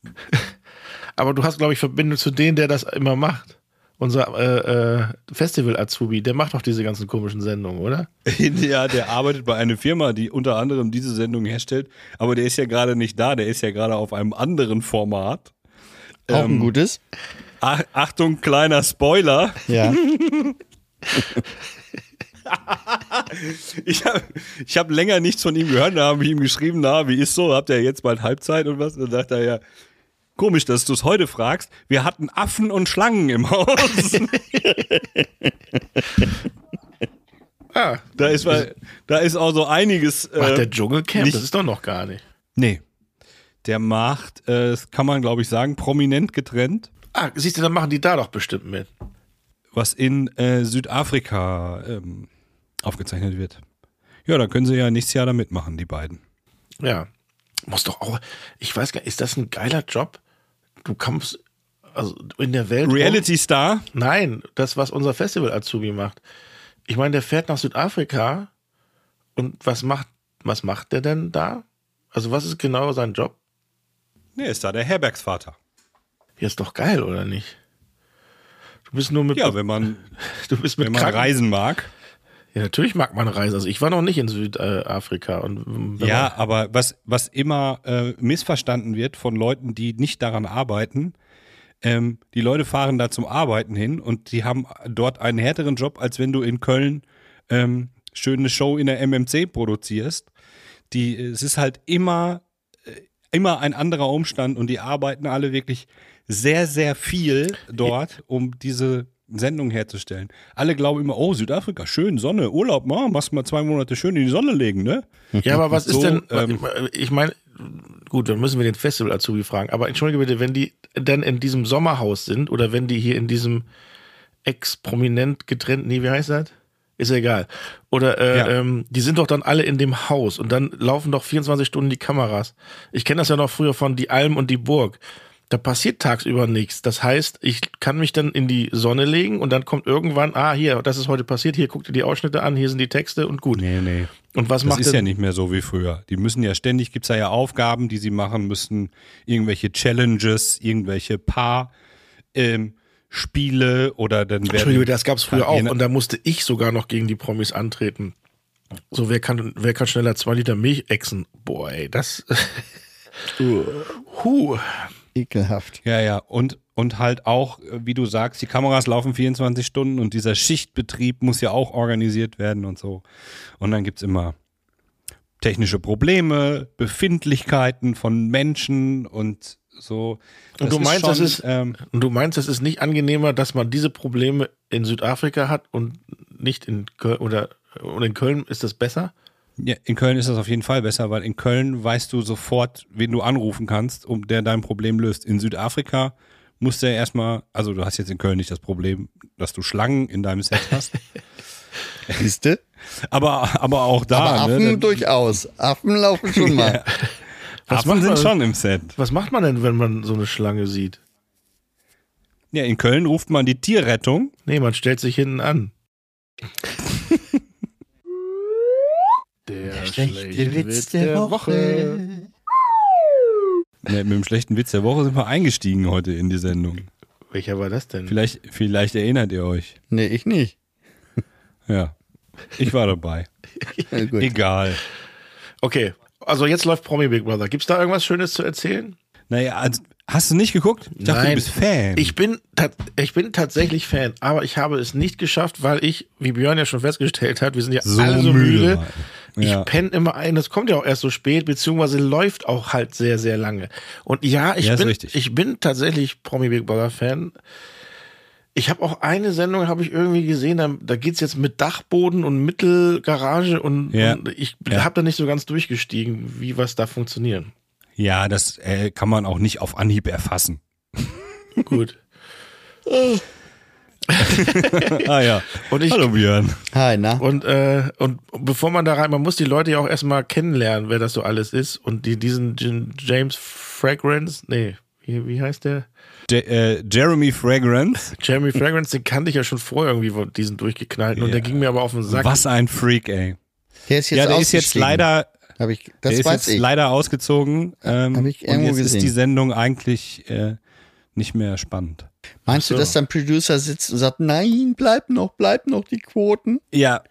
Speaker 3: Aber du hast, glaube ich, Verbindung zu denen, der das immer macht. Unser äh, äh, Festival-Azubi, der macht doch diese ganzen komischen Sendungen, oder?
Speaker 2: ja, der arbeitet bei einer Firma, die unter anderem diese Sendung herstellt, aber der ist ja gerade nicht da, der ist ja gerade auf einem anderen Format.
Speaker 4: Auch ein gutes?
Speaker 2: Ach, Achtung, kleiner Spoiler.
Speaker 4: Ja.
Speaker 2: Ich habe ich hab länger nichts von ihm gehört, da habe ich ihm geschrieben, na, wie ist so, habt ihr jetzt bald Halbzeit und was? Und dann sagt er ja, komisch, dass du es heute fragst, wir hatten Affen und Schlangen im Haus.
Speaker 3: Ah,
Speaker 2: Da ist, mal- da ist auch so einiges.
Speaker 3: macht
Speaker 2: äh,
Speaker 3: der Dschungelcamp?
Speaker 2: nicht-
Speaker 3: Das ist doch noch gar nicht.
Speaker 2: Nee. Der macht, äh, das kann man glaube ich sagen, prominent getrennt,
Speaker 3: Ah, siehst du, dann machen die da doch bestimmt mit.
Speaker 2: was in äh, Südafrika ähm, aufgezeichnet wird. Ja, da können sie ja nächstes Jahr da mitmachen, die beiden.
Speaker 3: Ja. Muss doch auch. Ich weiß gar nicht, ist das ein geiler Job? Du kommst also in der Welt.
Speaker 2: Reality Star?
Speaker 3: Nein, das, was unser Festival-Azubi macht. Ich meine, der fährt nach Südafrika und was macht, was macht der denn da? Also, was ist genau sein Job?
Speaker 2: Nee, ist da der Herbergsvater.
Speaker 3: Ja, ist doch geil, oder nicht? Du bist nur mit,
Speaker 2: Ja, wenn man,
Speaker 3: du bist mit
Speaker 2: wenn man
Speaker 3: Kranken-
Speaker 2: reisen mag.
Speaker 3: Ja, natürlich mag man reisen. Also, ich war noch nicht in Südafrika. Und wenn
Speaker 2: Ja,
Speaker 3: man,
Speaker 2: aber was, was immer äh, missverstanden wird von Leuten, die nicht daran arbeiten, ähm, die Leute fahren da zum Arbeiten hin und die haben dort einen härteren Job, als wenn du in Köln ähm, schöne Show in der MMC produzierst. Die, äh, es ist halt immer, äh, immer ein anderer Umstand und die arbeiten alle wirklich sehr, sehr viel dort, um diese Sendung herzustellen. Alle glauben immer, oh, Südafrika, schön, Sonne, Urlaub, ma, machst mal zwei Monate schön in die Sonne legen, ne?
Speaker 3: ja aber was
Speaker 2: so,
Speaker 3: ist denn,
Speaker 2: ähm,
Speaker 3: ich meine, gut, dann müssen wir den Festival-Azubi fragen. Aber entschuldige bitte, wenn die dann in diesem Sommerhaus sind oder wenn die hier in diesem ex-prominent getrennten, nee, wie heißt das? Ist ja egal. Oder äh,
Speaker 2: Ja.
Speaker 3: ähm, die sind doch dann alle in dem Haus und dann laufen doch 24 Stunden die Kameras. Ich kenne das ja noch früher von Die Alm und die Burg. Da passiert tagsüber nichts. Das heißt, ich kann mich dann in die Sonne legen und dann kommt irgendwann, ah, hier, das ist heute passiert, hier guck dir die Ausschnitte an, hier sind die Texte und gut.
Speaker 2: Nee, nee.
Speaker 3: Und was
Speaker 2: Das
Speaker 3: macht
Speaker 2: ist
Speaker 3: denn,
Speaker 2: ja nicht mehr so wie früher. Die müssen ja ständig, gibt's da ja Aufgaben, die sie machen müssen, irgendwelche Challenges, irgendwelche Paar-Spiele oder dann
Speaker 3: Entschuldigung,
Speaker 2: werden.
Speaker 3: das gab es früher
Speaker 2: Ja,
Speaker 3: auch
Speaker 2: je-
Speaker 3: und da musste ich sogar noch gegen die Promis antreten. So, wer kann, wer kann schneller zwei Liter Milch exen? Boah, ey, das. Huh.
Speaker 4: Ekelhaft.
Speaker 2: Ja, ja. Und, und halt auch, äh, wie du sagst, die Kameras laufen 24 Stunden und dieser Schichtbetrieb muss ja auch organisiert werden und so. Und dann gibt's immer technische Probleme, Befindlichkeiten von Menschen und so.
Speaker 3: Und du meinst, das ist-
Speaker 2: ähm,
Speaker 3: Und du meinst, es ist nicht angenehmer, dass man diese Probleme in Südafrika hat und nicht in Köln oder und in Köln ist das besser?
Speaker 2: Ja, in Köln ist das auf jeden Fall besser, weil in Köln weißt du sofort, wen du anrufen kannst, um der dein Problem löst. In Südafrika musst du ja erstmal, also du hast jetzt in Köln nicht das Problem, dass du Schlangen in deinem Set hast,
Speaker 4: Siehste?
Speaker 2: aber, aber auch da,
Speaker 4: Aber Affen
Speaker 2: ne? dann-
Speaker 4: durchaus. Affen laufen schon mal.
Speaker 2: Affen
Speaker 3: macht
Speaker 2: sind
Speaker 3: man-
Speaker 2: schon im Set.
Speaker 3: Was macht man denn, wenn man so eine Schlange sieht?
Speaker 2: Ja, in Köln ruft man die Tierrettung.
Speaker 3: Nee, man stellt sich hinten an. Der schlechte Witz der Woche.
Speaker 2: Ja, mit dem schlechten Witz der Woche sind wir eingestiegen heute in die Sendung.
Speaker 3: Welcher war das denn?
Speaker 2: Vielleicht, vielleicht erinnert ihr euch.
Speaker 4: Nee, ich nicht.
Speaker 2: Ja. Ich war dabei.
Speaker 4: Ja, gut.
Speaker 2: Egal.
Speaker 3: Okay, also jetzt läuft Promi Big Brother. Gibt's da irgendwas Schönes zu erzählen?
Speaker 2: Naja, also, hast du nicht geguckt? Ich dachte, du bist Fan.
Speaker 3: Ich bin, tat- ich bin tatsächlich Fan, aber ich habe es nicht geschafft, weil ich, wie Björn ja schon festgestellt hat, wir sind ja alle so müde.
Speaker 2: war ich.
Speaker 3: Ich
Speaker 2: Ja.
Speaker 3: penne immer ein, das kommt ja auch erst so spät, beziehungsweise läuft auch halt sehr, sehr lange. Und ja, ich,
Speaker 2: Ja, ist
Speaker 3: bin,
Speaker 2: richtig.
Speaker 3: ich bin tatsächlich Promi Big Brother Fan. Ich habe auch eine Sendung, habe ich irgendwie gesehen, da, da geht's jetzt mit Dachboden und Mittelgarage und,
Speaker 2: Ja.
Speaker 3: und ich
Speaker 2: Ja.
Speaker 3: habe da nicht so ganz durchgestiegen, wie was da funktioniert.
Speaker 2: ja, das äh, kann man auch nicht auf Anhieb erfassen.
Speaker 3: Gut.
Speaker 2: ah ja.
Speaker 3: Und ich,
Speaker 2: Hallo Björn.
Speaker 4: Hi, na?
Speaker 3: Und, äh, und bevor man da rein, man muss die Leute ja auch erstmal kennenlernen, wer das so alles ist. Und die, diesen Jin- James Fragrance, nee, wie, wie heißt der?
Speaker 2: Je äh, Jeremy Fragrance.
Speaker 3: Jeremy Fragrance, den kannte ich ja schon vorher irgendwie, wo- diesen durchgeknallten. Und der
Speaker 2: Ja.
Speaker 3: ging mir aber auf den Sack.
Speaker 2: Was ein Freak, ey.
Speaker 4: Der ist jetzt
Speaker 2: ja, der ist jetzt
Speaker 4: ausgestiegen.
Speaker 2: leider,
Speaker 4: Hab ich,
Speaker 2: der
Speaker 4: das
Speaker 2: ist
Speaker 4: weiß
Speaker 2: jetzt
Speaker 4: ich.
Speaker 2: leider ausgezogen. Ähm,
Speaker 4: Hab ich
Speaker 2: und
Speaker 4: irgendwo
Speaker 2: jetzt ist die
Speaker 4: gesehen.
Speaker 2: Sendung eigentlich äh, nicht mehr spannend.
Speaker 4: Meinst du,
Speaker 3: Ach so.
Speaker 4: dass dann Producer sitzt und sagt, nein, bleib noch, bleib noch die Quoten?
Speaker 2: Ja,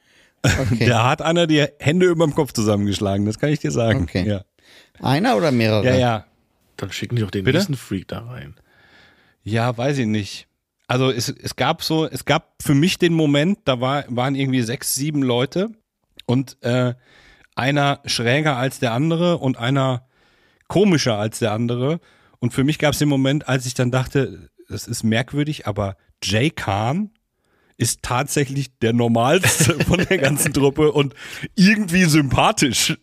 Speaker 4: Okay.
Speaker 2: da hat einer die Hände über dem Kopf zusammengeschlagen, das kann ich dir sagen.
Speaker 4: Okay.
Speaker 2: Ja,
Speaker 4: Einer oder mehrere?
Speaker 2: ja. ja.
Speaker 3: Dann schicken die doch den
Speaker 2: Bitte?
Speaker 3: nächsten Freak da rein.
Speaker 2: Ja, weiß ich nicht. Also es, es gab so, es gab für mich den Moment, da war, waren irgendwie sechs, sieben Leute und äh, einer schräger als der andere und einer komischer als der andere. Und für mich gab es den Moment, als ich dann dachte, das ist merkwürdig, aber Jay Kahn ist tatsächlich der normalste von der ganzen Truppe und irgendwie sympathisch.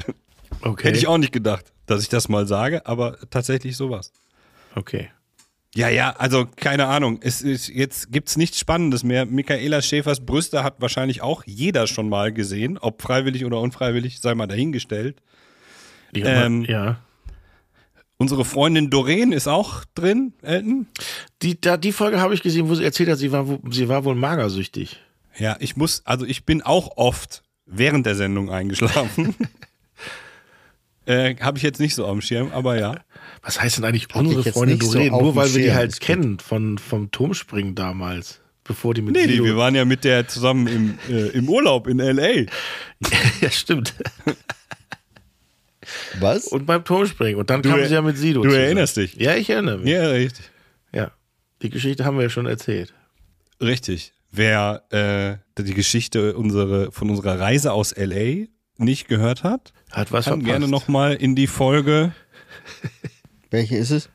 Speaker 3: Okay.
Speaker 2: Hätte ich auch nicht gedacht, dass ich das mal sage, aber tatsächlich sowas.
Speaker 3: Okay.
Speaker 2: Ja, ja, also keine Ahnung. Es ist, jetzt gibt's nichts Spannendes mehr. Michaela Schäfers Brüste hat wahrscheinlich auch jeder schon mal gesehen, ob freiwillig oder unfreiwillig, sei mal dahingestellt.
Speaker 3: Ich hab mal-
Speaker 2: Ähm,
Speaker 3: ja.
Speaker 2: Unsere Freundin Doreen ist auch drin, Elton.
Speaker 3: Die, da, die Folge habe ich gesehen, wo sie erzählt hat, sie war, wo- sie war wohl magersüchtig.
Speaker 2: Ja, ich muss, also ich bin auch oft während der Sendung eingeschlafen. äh, Habe ich jetzt nicht so am Schirm, aber ja.
Speaker 3: Was heißt denn eigentlich
Speaker 4: ich
Speaker 3: unsere
Speaker 4: jetzt
Speaker 3: Freundin
Speaker 4: nicht so
Speaker 3: Doreen?
Speaker 4: auf
Speaker 3: Nur
Speaker 4: dem
Speaker 3: weil wir die
Speaker 4: Schirm,
Speaker 3: halt
Speaker 4: ist gut.
Speaker 3: kennen von, vom Turmspringen damals, bevor die mit
Speaker 2: Nee, nee,
Speaker 3: Sido-
Speaker 2: wir waren ja mit der zusammen im, äh, im Urlaub in L.A.
Speaker 3: Ja, stimmt.
Speaker 4: Was?
Speaker 3: Und beim Turmspringen. Und dann
Speaker 2: Du
Speaker 3: kam
Speaker 2: er-
Speaker 3: sie ja mit Sido.
Speaker 2: du
Speaker 3: zusammen.
Speaker 2: erinnerst dich.
Speaker 3: Ja, ich erinnere mich.
Speaker 2: Ja, richtig.
Speaker 3: Ja. Die Geschichte haben wir ja schon erzählt.
Speaker 2: Richtig. Wer äh, die Geschichte unsere, von unserer Reise aus LA nicht gehört hat,
Speaker 3: Hat was
Speaker 2: kann
Speaker 3: verpasst.
Speaker 2: gerne nochmal in die Folge.
Speaker 4: Welche ist es?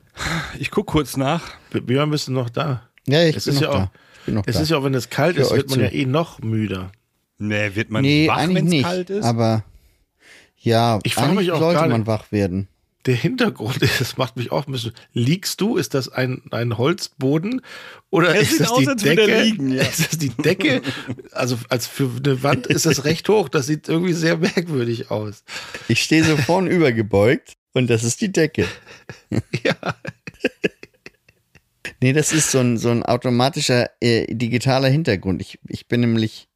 Speaker 2: Ich gucke kurz nach.
Speaker 3: Wir- Björn bist du noch da.
Speaker 4: Ja, ich
Speaker 3: Es
Speaker 4: bin
Speaker 3: ist
Speaker 4: noch
Speaker 3: ja auch-
Speaker 4: da. Ich bin noch
Speaker 3: Es
Speaker 4: da.
Speaker 3: ist ja auch, wenn es kalt
Speaker 4: Für
Speaker 3: ist,
Speaker 4: euch
Speaker 3: wird man
Speaker 4: zu.
Speaker 3: ja eh noch müder.
Speaker 2: Nee, wird man
Speaker 4: nee,
Speaker 2: wach,
Speaker 4: eigentlich
Speaker 2: wenn es
Speaker 4: nicht.
Speaker 2: kalt ist?
Speaker 4: Aber ja,
Speaker 3: Ich frag mich
Speaker 4: eigentlich
Speaker 3: auch
Speaker 4: sollte
Speaker 3: gerade-
Speaker 4: man wach werden.
Speaker 3: Der Hintergrund ist, das macht mich auch ein bisschen. Liegst du? Ist das ein, ein Holzboden? Oder
Speaker 2: Es
Speaker 3: ist
Speaker 2: sieht
Speaker 3: das
Speaker 2: aus,
Speaker 3: die
Speaker 2: als würde er
Speaker 3: Decke?
Speaker 2: liegen, ja.
Speaker 3: Ist das die Decke? Also als für eine Wand ist das recht hoch. Das sieht irgendwie sehr merkwürdig aus.
Speaker 4: Ich stehe so vorn übergebeugt und das ist die Decke.
Speaker 3: Ja.
Speaker 4: Nee, das ist so ein, so ein automatischer äh, digitaler Hintergrund. Ich, ich bin nämlich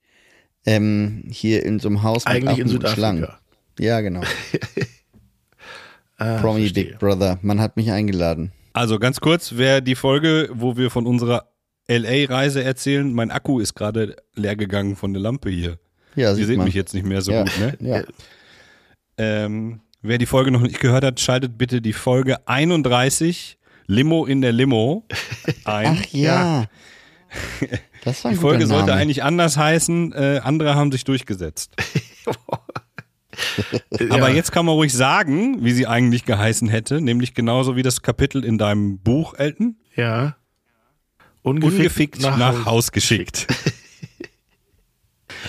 Speaker 4: ähm, hier in so einem Haus mit
Speaker 3: Eigentlich
Speaker 4: Affen
Speaker 3: in
Speaker 4: und Schlangen.
Speaker 3: Südafrika.
Speaker 4: Ja, genau.
Speaker 3: Ah,
Speaker 4: Promi
Speaker 3: verstehe.
Speaker 4: Big Brother. Man hat mich eingeladen.
Speaker 2: Also ganz kurz, wer die Folge, wo wir von unserer LA-Reise erzählen, mein Akku ist gerade leer gegangen von der Lampe hier.
Speaker 4: Ja,
Speaker 2: Ihr
Speaker 4: sieht
Speaker 2: seht
Speaker 4: man.
Speaker 2: mich jetzt nicht mehr so
Speaker 4: ja,
Speaker 2: gut, ne?
Speaker 4: ja.
Speaker 2: Ähm, wer die Folge noch nicht gehört hat, schaltet bitte die Folge 31 Limo in der Limo ein.
Speaker 4: Ach ja. Das war ein
Speaker 2: Die Folge
Speaker 4: guter Also Name.
Speaker 2: sollte eigentlich anders heißen, äh, andere haben sich durchgesetzt. Aber jetzt kann man ruhig sagen, wie sie eigentlich geheißen hätte, nämlich genauso wie das Kapitel in deinem Buch, Elton,
Speaker 3: Ja.
Speaker 2: ungefickt nach, Haus. geschickt.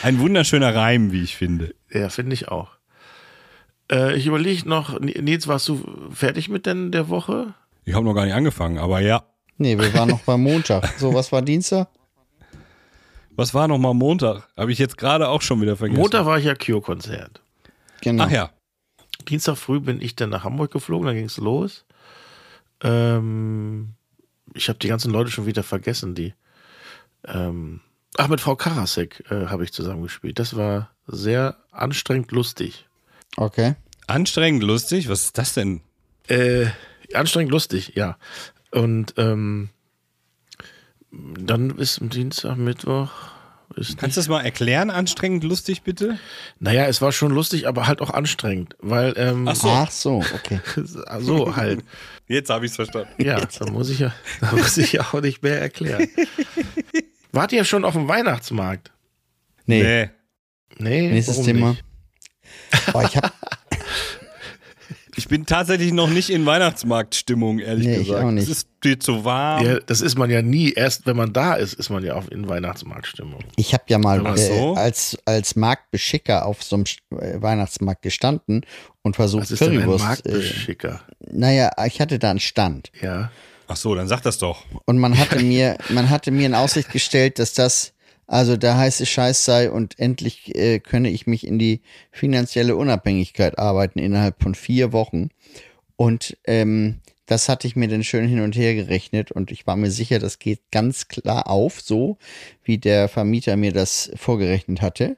Speaker 2: Ein wunderschöner Reim, wie ich finde.
Speaker 3: Ja, finde ich auch. Äh, ich überlege noch, Nils, warst du fertig mit denn der Woche?
Speaker 2: Ich habe noch gar nicht angefangen, aber ja.
Speaker 4: Nee, wir waren noch beim Montag. So, was war Dienstag?
Speaker 2: Was war nochmal Montag? Habe ich jetzt gerade auch schon wieder vergessen.
Speaker 3: Montag war ich ja Cure-Konzert.
Speaker 4: Genau.
Speaker 2: Ach ja.
Speaker 3: Dienstag früh bin ich dann nach Hamburg geflogen, dann ging es los. Ähm, ich habe die ganzen Leute schon wieder vergessen, die. Ähm, ach, mit Frau Karasek äh, habe ich zusammengespielt. Das war sehr anstrengend lustig.
Speaker 4: Okay.
Speaker 2: Anstrengend lustig, was ist das denn?
Speaker 3: Äh, anstrengend lustig, ja. Und ähm, dann ist am Dienstag, Mittwoch. Ist
Speaker 2: Kannst du das mal erklären, anstrengend lustig bitte?
Speaker 3: Naja, es war schon lustig, aber halt auch anstrengend, weil ähm,
Speaker 2: Ach so.
Speaker 4: Ach so, okay.
Speaker 3: so halt.
Speaker 2: Jetzt habe ich es verstanden.
Speaker 3: Ja, da muss ich ja, da muss ich ja auch nicht mehr erklären. Wart ihr schon auf dem Weihnachtsmarkt?
Speaker 4: Nee,
Speaker 2: Nee.
Speaker 3: Nee,
Speaker 4: nächstes
Speaker 3: warum
Speaker 4: Thema.
Speaker 3: nicht?
Speaker 4: Boah, ich habe
Speaker 2: Ich bin tatsächlich noch nicht in Weihnachtsmarktstimmung, ehrlich
Speaker 4: Nee, ich
Speaker 2: gesagt.
Speaker 4: auch nicht.
Speaker 2: Es ist viel zu warm.
Speaker 3: Ja, das ist man ja nie. Erst wenn man da ist, ist man ja auch in Weihnachtsmarktstimmung.
Speaker 4: Ich habe ja mal
Speaker 2: Ach
Speaker 4: äh,
Speaker 2: so.
Speaker 4: als, als Marktbeschicker auf so einem Sch- äh, Weihnachtsmarkt gestanden und versucht
Speaker 3: Was ist denn ein
Speaker 4: Currywurst. Äh,
Speaker 3: Marktbeschicker?
Speaker 4: naja, ich hatte da einen Stand
Speaker 3: Ja.
Speaker 2: Ach so, dann sag das doch.
Speaker 4: und man hatte mir man hatte mir in Aussicht gestellt, dass das also der heiße Scheiß sei und endlich äh, könne ich mich in die finanzielle Unabhängigkeit arbeiten innerhalb von vier Wochen. Und ähm, das hatte ich mir dann schön hin und her gerechnet und ich war mir sicher, das geht ganz klar auf, so wie der Vermieter mir das vorgerechnet hatte.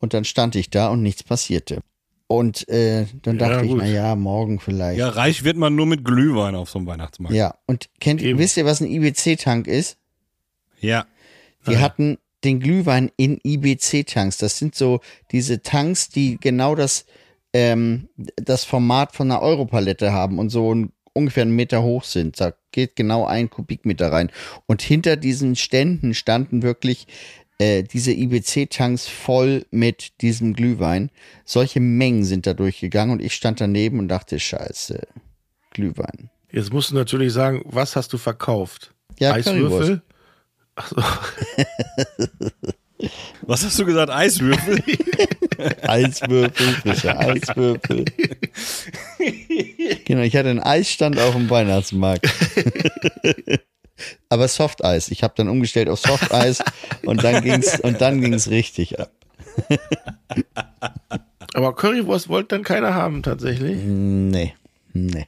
Speaker 4: Und dann stand ich da und nichts passierte. Und äh, dann
Speaker 3: Ja,
Speaker 4: dachte ich,
Speaker 3: gut.
Speaker 4: na ja, morgen vielleicht.
Speaker 2: Ja, reich wird man nur mit Glühwein auf so einem Weihnachtsmarkt.
Speaker 4: ja. Und kennt,
Speaker 3: Eben.
Speaker 4: wisst ihr, was ein IBC-Tank ist?
Speaker 2: ja.
Speaker 4: Die hatten den Glühwein in IBC-Tanks. Das sind so diese Tanks, die genau das, ähm, das Format von einer Europalette haben und so ein, ungefähr einen Meter hoch sind. Da geht genau ein Kubikmeter rein. Und hinter diesen Ständen standen wirklich äh, diese IBC-Tanks voll mit diesem Glühwein. Solche Mengen sind da durchgegangen und ich stand daneben und dachte, scheiße, Glühwein.
Speaker 3: Jetzt musst du natürlich sagen, was hast du verkauft?
Speaker 4: Ja,
Speaker 3: Eiswürfel?
Speaker 2: Was hast du gesagt? Eiswürfel?
Speaker 4: Eiswürfel, frische Eiswürfel. genau, ich hatte einen Eisstand auch im Weihnachtsmarkt. Aber Softeis. Ich habe dann umgestellt auf Softeis und dann ging's und dann ging's richtig ab.
Speaker 3: Aber Currywurst wollte dann keiner haben tatsächlich.
Speaker 4: Nee, nee.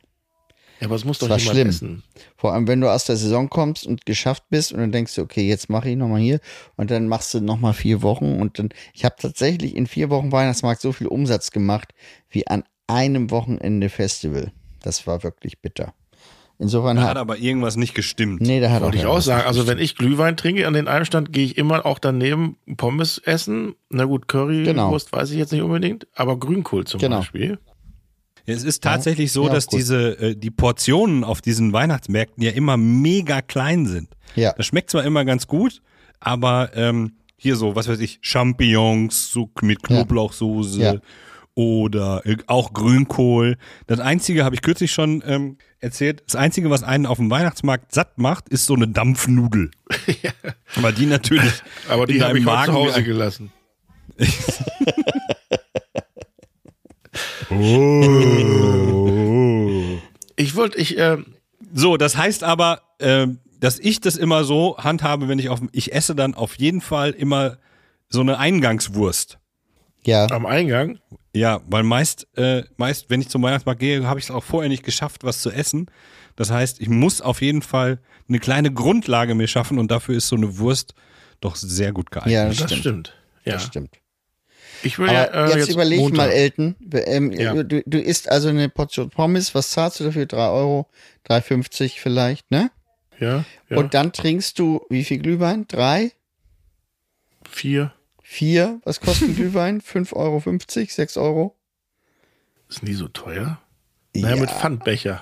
Speaker 3: Ja, aber es muss doch
Speaker 4: Mhm. war
Speaker 3: jemand
Speaker 4: schlimm.
Speaker 3: essen.
Speaker 4: Vor allem, wenn du aus der Saison kommst und geschafft bist und dann denkst du, okay, jetzt mache ich nochmal hier und dann machst du nochmal vier Wochen und dann, ich habe tatsächlich in vier Wochen Weihnachtsmarkt so viel Umsatz gemacht wie an einem Wochenende Festival. Das war wirklich bitter. Insofern
Speaker 2: Da
Speaker 4: hat,
Speaker 2: hat aber irgendwas nicht gestimmt.
Speaker 4: Nee, da hat
Speaker 3: Wollte ich
Speaker 4: keiner
Speaker 3: auch
Speaker 4: was.
Speaker 3: sagen. Also wenn ich Glühwein trinke an den Einstand, gehe ich immer auch daneben Pommes essen. Na gut, Currywurst
Speaker 4: Genau.
Speaker 3: weiß ich jetzt nicht unbedingt, aber Grünkohl zum
Speaker 4: Genau.
Speaker 3: Beispiel.
Speaker 2: Es ist tatsächlich so,
Speaker 4: Ja,
Speaker 2: dass
Speaker 4: gut.
Speaker 2: diese äh, die Portionen auf diesen Weihnachtsmärkten ja immer mega klein sind.
Speaker 4: Ja.
Speaker 2: Das schmeckt zwar immer ganz gut, aber ähm, hier so, was weiß ich, Champignons so mit Knoblauchsoße
Speaker 4: Ja.
Speaker 2: oder äh, auch Grünkohl. Das Einzige, habe ich kürzlich schon ähm, erzählt, das Einzige, was einen auf dem Weihnachtsmarkt satt macht, ist so eine Dampfnudel. Aber die natürlich.
Speaker 3: Aber
Speaker 2: in
Speaker 3: die habe
Speaker 2: deinem
Speaker 3: ich
Speaker 2: Magen
Speaker 3: heute zu Hause
Speaker 2: wie-
Speaker 3: gelassen. Ich wollte, ich, ähm,
Speaker 2: So, das heißt aber, ähm, dass ich das immer so handhabe, wenn ich auf ich esse dann auf jeden Fall immer so eine Eingangswurst.
Speaker 4: Ja,
Speaker 3: am Eingang,
Speaker 2: Ja, weil meist, äh, meist, wenn ich zum Weihnachtsmarkt gehe, habe ich es auch vorher nicht geschafft, was zu essen. Das heißt, ich muss auf jeden Fall eine kleine Grundlage mir schaffen und dafür ist so eine Wurst doch sehr gut geeignet.
Speaker 4: ja, das,
Speaker 3: das
Speaker 4: stimmt.
Speaker 3: stimmt. Ja.
Speaker 4: Das stimmt.
Speaker 3: Ich will ja,
Speaker 4: Aber
Speaker 3: äh,
Speaker 4: jetzt, überleg
Speaker 3: Montag.
Speaker 4: mal, Elton. Ähm,
Speaker 3: Ja.
Speaker 4: du, du isst also eine Portion Pommes. Was zahlst du dafür? 3 Euro? 3,50 vielleicht, ne?
Speaker 3: Ja, ja.
Speaker 4: Und dann trinkst du wie viel Glühwein? Drei?
Speaker 3: vier.
Speaker 4: Vier? Was kostet ein Glühwein? 5,50 Euro? 6 Euro?
Speaker 3: Ist nie so teuer. Naja, mit Pfandbecher.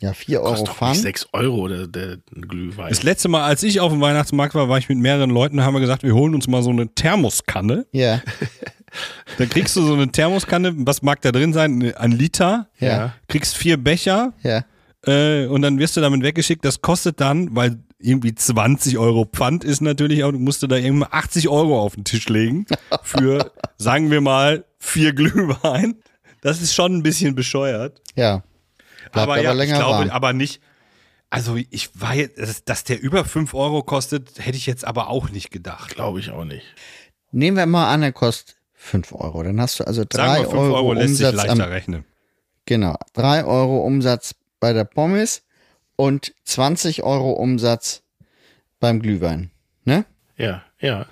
Speaker 4: ja 4 Euro
Speaker 3: Kostet doch nicht
Speaker 4: Pfand.
Speaker 3: 6 Euro der, der Glühwein.
Speaker 2: Das letzte Mal, als ich auf dem Weihnachtsmarkt war, war ich mit mehreren Leuten, haben wir gesagt, wir holen uns mal so eine Thermoskanne.
Speaker 4: Ja,
Speaker 2: Da kriegst du so eine Thermoskanne, was mag da drin sein? Ein Liter,
Speaker 4: ja,
Speaker 2: kriegst vier Becher,
Speaker 4: ja.
Speaker 2: äh, und dann wirst du damit weggeschickt. Das kostet dann, weil irgendwie 20 Euro Pfand ist natürlich, aber du musst dir da eben 80 Euro auf den Tisch legen für, sagen wir mal, vier Glühwein. Das ist schon ein bisschen bescheuert.
Speaker 4: Ja,
Speaker 2: aber,
Speaker 4: aber
Speaker 2: ja,
Speaker 4: länger
Speaker 2: ich glaube,
Speaker 4: warm.
Speaker 2: aber nicht. Also ich war jetzt, dass- dass der über 5 Euro kostet, hätte ich jetzt aber auch nicht gedacht.
Speaker 3: Glaube ich auch nicht.
Speaker 4: Nehmen wir mal an, er kostet 5 Euro. Dann hast du also 3
Speaker 2: Sagen wir 5 Euro,
Speaker 4: Euro
Speaker 2: lässt sich
Speaker 4: Umsatz
Speaker 2: leichter
Speaker 4: am
Speaker 2: rechnen.
Speaker 4: Genau. 3 Euro Umsatz bei der Pommes und 20 Euro Umsatz beim Glühwein. Ne?
Speaker 3: Ja, ja.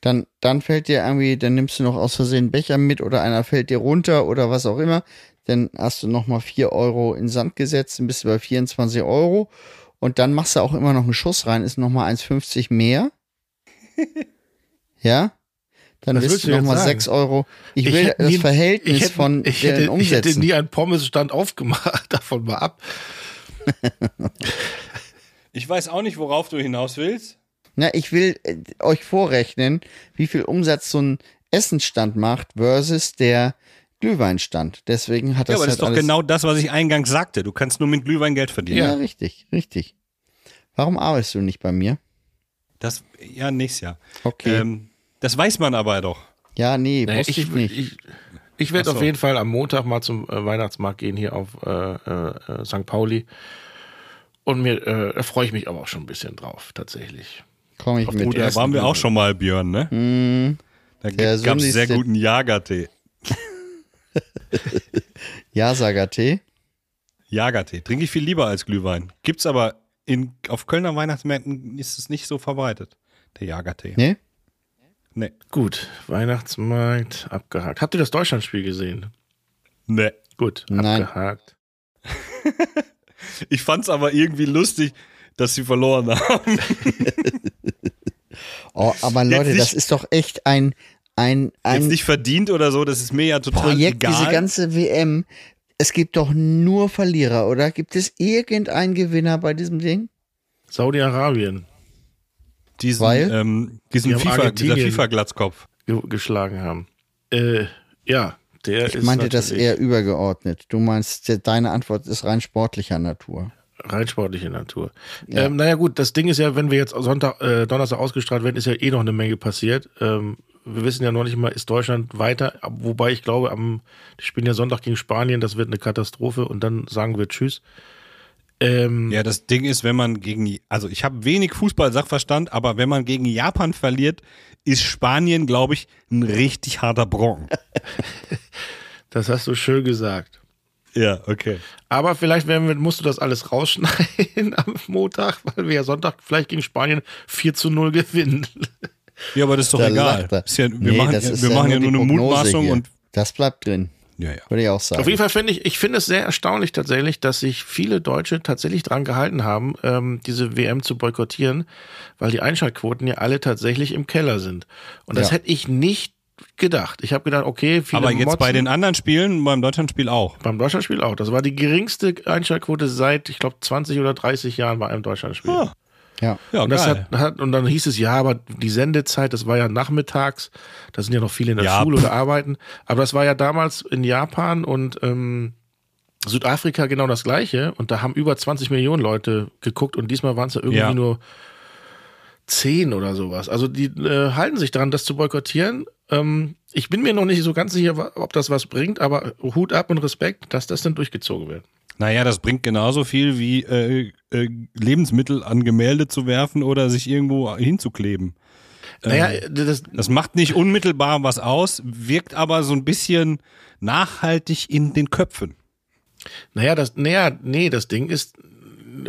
Speaker 4: Dann, dann fällt dir irgendwie, dann nimmst du noch aus Versehen einen Becher mit oder einer fällt dir runter oder was auch immer. Dann hast du nochmal 4 Euro in den Sand gesetzt, dann bist du bei 24 Euro. Und dann machst du auch immer noch einen Schuss rein, ist nochmal 1,50 mehr. ja? Dann
Speaker 3: Was willst
Speaker 4: bist
Speaker 3: du
Speaker 4: du
Speaker 3: jetzt
Speaker 4: nochmal
Speaker 3: sagen?
Speaker 4: 6 Euro. Ich will
Speaker 3: hätte
Speaker 4: das
Speaker 3: nie-
Speaker 4: Verhältnis
Speaker 3: ich hätte,
Speaker 4: von
Speaker 3: ich
Speaker 4: deren
Speaker 3: hätte, ich hätte
Speaker 4: Umsätzen.
Speaker 3: nie einen Pommesstand aufgemacht, davon mal ab.
Speaker 2: Ich weiß auch nicht, worauf du hinaus willst.
Speaker 4: Na, ich will äh, euch vorrechnen, wie viel Umsatz so ein Essensstand macht versus der Glühweinstand. Deswegen hat
Speaker 2: ja,
Speaker 4: das
Speaker 2: aber das
Speaker 4: halt
Speaker 2: ist doch
Speaker 4: alles
Speaker 2: genau das, was ich eingangs sagte. Du kannst nur mit Glühwein Geld verdienen.
Speaker 4: Ja, richtig, richtig. Warum arbeitest du nicht bei mir?
Speaker 2: Das, ja, nächstes Jahr.
Speaker 4: Okay.
Speaker 2: Ähm, das weiß man aber doch.
Speaker 4: ja, nee,
Speaker 3: Nee,
Speaker 4: wusste ich, nicht.
Speaker 3: Ich, ich werde
Speaker 2: Ach so.
Speaker 3: auf jeden Fall am Montag mal zum äh, Weihnachtsmarkt gehen hier auf äh, äh, äh, St. Pauli. Und mir, äh, da freue ich mich aber auch schon ein bisschen drauf, tatsächlich.
Speaker 4: Komme ich mit.
Speaker 2: Oder Oh, da
Speaker 3: ersten
Speaker 2: waren wir
Speaker 3: Glühwein.
Speaker 2: auch schon mal, Björn, ne? Da
Speaker 4: Mhm. Der
Speaker 2: gab es sehr
Speaker 4: sündigste-
Speaker 2: guten Jagertee.
Speaker 4: Ja, Sagatee.
Speaker 2: Jagertee trinke ich viel lieber als Glühwein. Gibt's aber in, auf Kölner Weihnachtsmärkten ist es nicht so verbreitet. Der Jagertee.
Speaker 4: Nee?
Speaker 2: Nee.
Speaker 3: Gut, Weihnachtsmarkt abgehakt. Habt ihr das Deutschlandspiel gesehen?
Speaker 2: Nee.
Speaker 3: Gut,
Speaker 4: Nein.
Speaker 3: abgehakt.
Speaker 2: Ich fand's aber irgendwie lustig, dass sie verloren haben.
Speaker 4: Oh, aber
Speaker 2: Jetzt
Speaker 4: Leute,
Speaker 2: nicht-
Speaker 4: das ist doch echt ein, ein,
Speaker 2: Jetzt
Speaker 4: ein
Speaker 2: nicht verdient oder so, das ist mir ja total
Speaker 4: Projekt,
Speaker 2: egal.
Speaker 4: diese ganze WM. Es gibt doch nur Verlierer, oder? Gibt es irgendeinen Gewinner bei diesem Ding?
Speaker 3: Saudi-Arabien
Speaker 2: diesen
Speaker 4: Weil?
Speaker 2: ähm,
Speaker 3: Die
Speaker 2: diesen
Speaker 3: haben
Speaker 2: FIFA, dieser
Speaker 3: Argentinien.
Speaker 2: FIFA-Glatzkopf.
Speaker 3: ge geschlagen haben. Äh, ja, der ist.
Speaker 4: Ich meinte das
Speaker 3: natürlich
Speaker 4: eher übergeordnet. Du meinst, de- deine Antwort ist rein sportlicher Natur.
Speaker 3: rein sportliche Natur. Ähm, naja, gut, das Ding ist ja, wenn wir jetzt Sonntag, äh, Donnerstag ausgestrahlt werden, ist ja eh noch eine Menge passiert. Ähm, wir wissen ja noch nicht mal, ist Deutschland weiter, Ab- wobei ich glaube, am, die spielen ja Sonntag gegen Spanien, das wird eine Katastrophe und dann sagen wir Tschüss. Ähm,
Speaker 2: Ja, das Ding ist, wenn man gegen, also ich habe wenig Fußball-Sachverstand, aber wenn man gegen Japan verliert, ist Spanien, glaube ich, ein richtig harter Brocken.
Speaker 3: Das hast du schön gesagt.
Speaker 2: ja, okay.
Speaker 3: Aber vielleicht werden wir, musst du das alles rausschneiden am Montag, weil wir ja Sonntag vielleicht gegen Spanien 4 zu 0 gewinnen.
Speaker 2: Ja, aber das ist doch
Speaker 4: Da
Speaker 2: egal.
Speaker 4: lacht Also er.
Speaker 2: Ist ja, wir
Speaker 4: Nee,
Speaker 2: machen,
Speaker 4: das
Speaker 2: ja-
Speaker 4: ist
Speaker 2: wir machen ja nur
Speaker 4: die
Speaker 2: eine
Speaker 4: Prognose
Speaker 2: Mutmaßung
Speaker 4: hier.
Speaker 2: und
Speaker 4: Das bleibt drin,
Speaker 2: ja, ja.
Speaker 4: würde ich auch sagen.
Speaker 3: Auf jeden Fall finde ich, ich finde es sehr erstaunlich tatsächlich, dass sich viele Deutsche tatsächlich dran gehalten haben, ähm, diese WM zu boykottieren, weil die Einschaltquoten ja alle tatsächlich im Keller sind. Und das
Speaker 4: Ja.
Speaker 3: hätte ich nicht gedacht. Ich habe gedacht, okay, viele
Speaker 2: Aber jetzt
Speaker 3: motzen.
Speaker 2: bei den anderen Spielen, beim Deutschlandspiel auch.
Speaker 3: beim Deutschlandspiel auch. Das war die geringste Einschaltquote seit, ich glaube, 20 oder 30 Jahren bei einem Deutschlandspiel.
Speaker 2: Ah,
Speaker 4: Ja.
Speaker 2: Ja,
Speaker 3: Und, das
Speaker 2: geil.
Speaker 3: hat, hat, und dann hieß es, ja, aber die Sendezeit, das war ja nachmittags, da sind ja noch viele in der
Speaker 2: Ja,
Speaker 3: Schule
Speaker 2: pff.
Speaker 3: oder arbeiten. Aber das war ja damals in Japan und ähm, Südafrika genau das gleiche. Und da haben über 20 Millionen Leute geguckt und diesmal waren es ja irgendwie
Speaker 2: Ja.
Speaker 3: nur 10 oder sowas. Also die äh, halten sich daran, das zu boykottieren. Ähm, ich bin mir noch nicht so ganz sicher, wa- ob das was bringt, aber Hut ab und Respekt, dass das dann durchgezogen wird.
Speaker 2: Naja, das bringt genauso viel wie äh, äh, Lebensmittel an Gemälde zu werfen oder sich irgendwo hinzukleben. Ähm.
Speaker 3: Naja, das,
Speaker 2: Das macht nicht unmittelbar was aus, wirkt aber so ein bisschen nachhaltig in den Köpfen.
Speaker 3: Naja, das, naja, nee, das Ding ist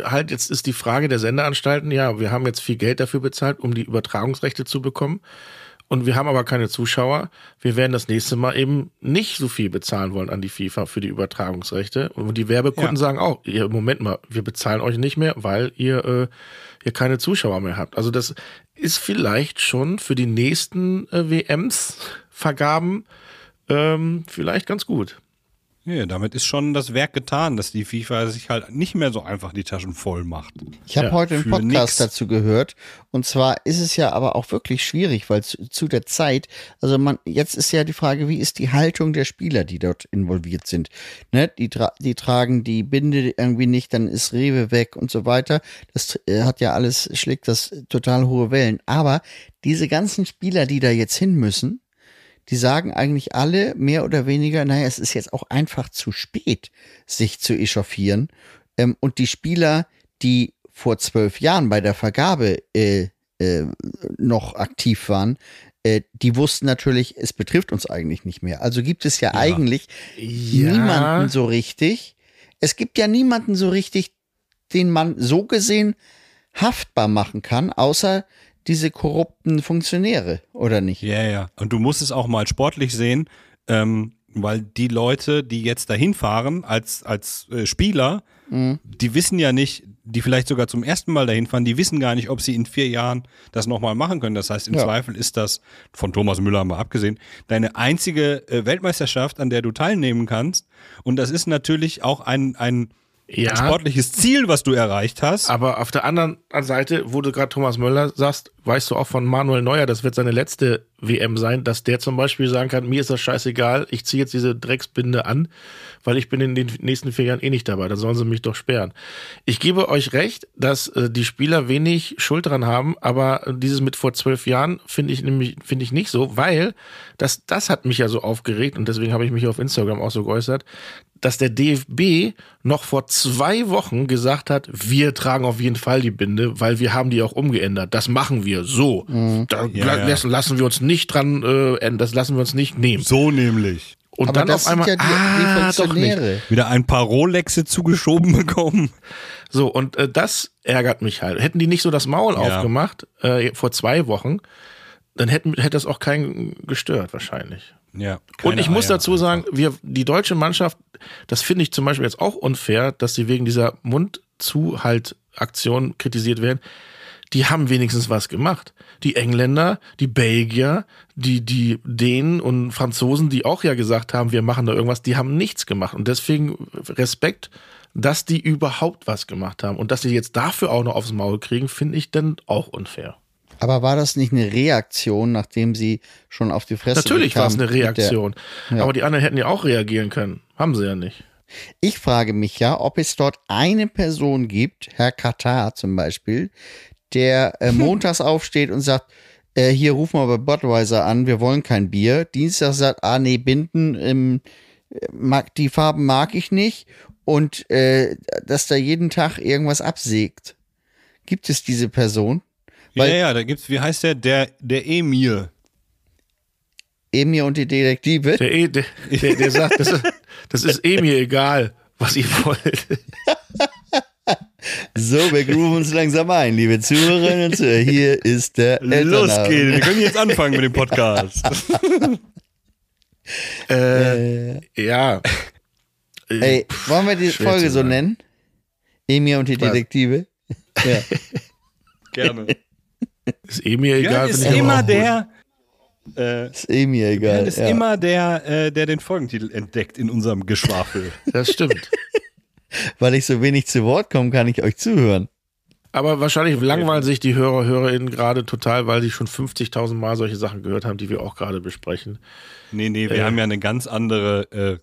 Speaker 3: halt, jetzt ist die Frage der Sendeanstalten, ja, wir haben jetzt viel Geld dafür bezahlt, um die Übertragungsrechte zu bekommen. Und wir haben aber keine Zuschauer. Wir werden das nächste Mal eben nicht so viel bezahlen wollen an die FIFA für die Übertragungsrechte. Und die Werbekunden
Speaker 2: Ja.
Speaker 3: sagen auch, ihr, Moment mal, wir bezahlen euch nicht mehr, weil ihr, äh, ihr keine Zuschauer mehr habt. Also das ist vielleicht schon für die nächsten äh, WMs-Vergaben ähm, vielleicht ganz gut.
Speaker 2: Ja, damit ist schon das Werk getan, dass die FIFA sich halt nicht mehr so einfach die Taschen voll macht.
Speaker 4: Ich habe
Speaker 3: Ja,
Speaker 4: heute einen
Speaker 2: für nix.
Speaker 4: Podcast dazu gehört. Und zwar ist es ja aber auch wirklich schwierig, weil zu, zu der Zeit, also man, jetzt ist ja die Frage, wie ist die Haltung der Spieler, die dort involviert sind? Ne? Die, tra die tragen die Binde irgendwie nicht, dann ist Rewe weg und so weiter. Das äh, hat ja alles, schlägt das total hohe Wellen. Aber diese ganzen Spieler, die da jetzt hin müssen, die sagen eigentlich alle mehr oder weniger, naja, es ist jetzt auch einfach zu spät, sich zu echauffieren. Ähm, und die Spieler, die vor zwölf Jahren bei der Vergabe äh, äh, noch aktiv waren, äh, die wussten natürlich, es betrifft uns eigentlich nicht mehr. Also gibt es ja, eigentlich
Speaker 3: Ja.
Speaker 4: niemanden so richtig. Es gibt ja niemanden so richtig, den man so gesehen haftbar machen kann, außer diese korrupten Funktionäre, oder nicht?
Speaker 2: Ja, ja. Und du musst es auch mal sportlich sehen, ähm, weil die Leute, die jetzt dahin fahren als, als äh, Spieler, die wissen ja nicht, die vielleicht sogar zum ersten Mal dahin fahren, die wissen gar nicht, ob sie in vier Jahren das nochmal machen können. Das heißt, im
Speaker 4: Ja.
Speaker 2: Zweifel ist das, von Thomas Müller mal abgesehen, deine einzige äh, Weltmeisterschaft, an der du teilnehmen kannst. Und das ist natürlich auch ein, ein,
Speaker 3: Ja.
Speaker 2: ein sportliches Ziel, was du erreicht hast.
Speaker 3: Aber auf der anderen Seite, wo du gerade Thomas Möller sagst, weißt du auch von Manuel Neuer, das wird seine letzte WM sein, dass der zum Beispiel sagen kann, mir ist das scheißegal, ich ziehe jetzt diese Drecksbinde an, weil ich bin in den nächsten vier Jahren eh nicht dabei, dann sollen sie mich doch sperren. Ich gebe euch recht, dass äh, die Spieler wenig Schuld dran haben, aber dieses mit vor zwölf Jahren finde ich nämlich finde ich nicht so, weil das, das hat mich ja so aufgeregt und deswegen habe ich mich auf Instagram auch so geäußert, dass der DFB noch vor zwei Wochen gesagt hat, wir tragen auf jeden Fall die Binde, weil wir haben die auch umgeändert. Das machen wir so.
Speaker 4: Mhm.
Speaker 3: Da la-
Speaker 2: ja.
Speaker 3: Lassen, lassen wir uns nicht dran, äh, ändern, das lassen wir uns nicht nehmen.
Speaker 2: so nämlich.
Speaker 3: Und
Speaker 4: Aber
Speaker 3: dann
Speaker 4: das
Speaker 3: auf einmal,
Speaker 4: sind ja die,
Speaker 3: ah,
Speaker 4: die
Speaker 3: doch nicht.
Speaker 4: Funktionäre.
Speaker 2: Wieder ein paar Rolexe zugeschoben bekommen.
Speaker 3: So, und äh, das ärgert mich halt. Hätten die nicht so das Maul
Speaker 2: Ja.
Speaker 3: aufgemacht äh, vor zwei Wochen, dann hätten, hätte das auch keinen gestört wahrscheinlich.
Speaker 2: Ja.
Speaker 3: und ich muss dazu sagen, wir, die deutsche Mannschaft, das finde ich zum Beispiel jetzt auch unfair, dass sie wegen dieser Mundzuhalt-Aktion kritisiert werden. Die haben wenigstens was gemacht. Die Engländer, die Belgier, die, die Dänen und Franzosen, die auch ja gesagt haben, wir machen da irgendwas, die haben nichts gemacht. Und deswegen Respekt, dass die überhaupt was gemacht haben. Und dass sie jetzt dafür auch noch aufs Maul kriegen, finde ich dann auch unfair.
Speaker 4: Aber war das nicht eine Reaktion, nachdem sie schon auf die Fresse
Speaker 3: Natürlich war es
Speaker 4: bekamen
Speaker 3: eine
Speaker 4: mit der-
Speaker 3: Reaktion.
Speaker 4: Ja.
Speaker 3: Aber die anderen hätten ja auch reagieren können. Haben sie ja nicht.
Speaker 4: Ich frage mich ja, ob es dort eine Person gibt, Herr Katar zum Beispiel, der äh, montags aufsteht und sagt, äh, hier ruf mal bei Budweiser an, wir wollen kein Bier. Dienstag sagt, ah nee, Binden, ähm, äh, mag, die Farben mag ich nicht. Und äh, dass da jeden Tag irgendwas absägt. Gibt es diese Person?
Speaker 2: Ja,
Speaker 4: weil-
Speaker 2: ja, da gibt's, wie heißt der? Der, der Emir.
Speaker 4: Emir und die Detektive.
Speaker 3: Der, eh- der, der, der sagt, das ist, das ist eh mir egal, was ihr wollt.
Speaker 4: So, wir grooven uns langsam ein, liebe Zuhörerinnen und Zuhörer. Hier ist der
Speaker 2: Los
Speaker 4: Elternabend.
Speaker 2: geht's. Wir können jetzt anfangen mit dem Podcast.
Speaker 3: Ja.
Speaker 4: Ey, wollen wir die
Speaker 3: schwer
Speaker 4: Folge
Speaker 3: zu
Speaker 4: so
Speaker 3: sagen.
Speaker 4: nennen? Emir und die
Speaker 3: Was?
Speaker 4: Detektive. Ja.
Speaker 2: Gerne.
Speaker 3: Ist eh mir
Speaker 2: Jörn
Speaker 3: egal.
Speaker 2: ist
Speaker 3: finde ich aber
Speaker 2: immer
Speaker 3: auch
Speaker 2: der, äh,
Speaker 4: Ist Emir
Speaker 2: Jörn
Speaker 4: egal.
Speaker 2: ist
Speaker 4: ja.
Speaker 2: immer der, äh, der den Folgentitel entdeckt in unserem Geschwafel.
Speaker 3: gut. Das stimmt.
Speaker 4: Weil ich so wenig zu Wort komme, kann ich euch zuhören.
Speaker 3: Aber wahrscheinlich langweilen sich die Hörer, HörerInnen gerade total, weil sie schon 50.000 Mal solche Sachen gehört haben, die wir auch gerade besprechen.
Speaker 2: nee, nee, wir haben ja eine ganz andere, äh,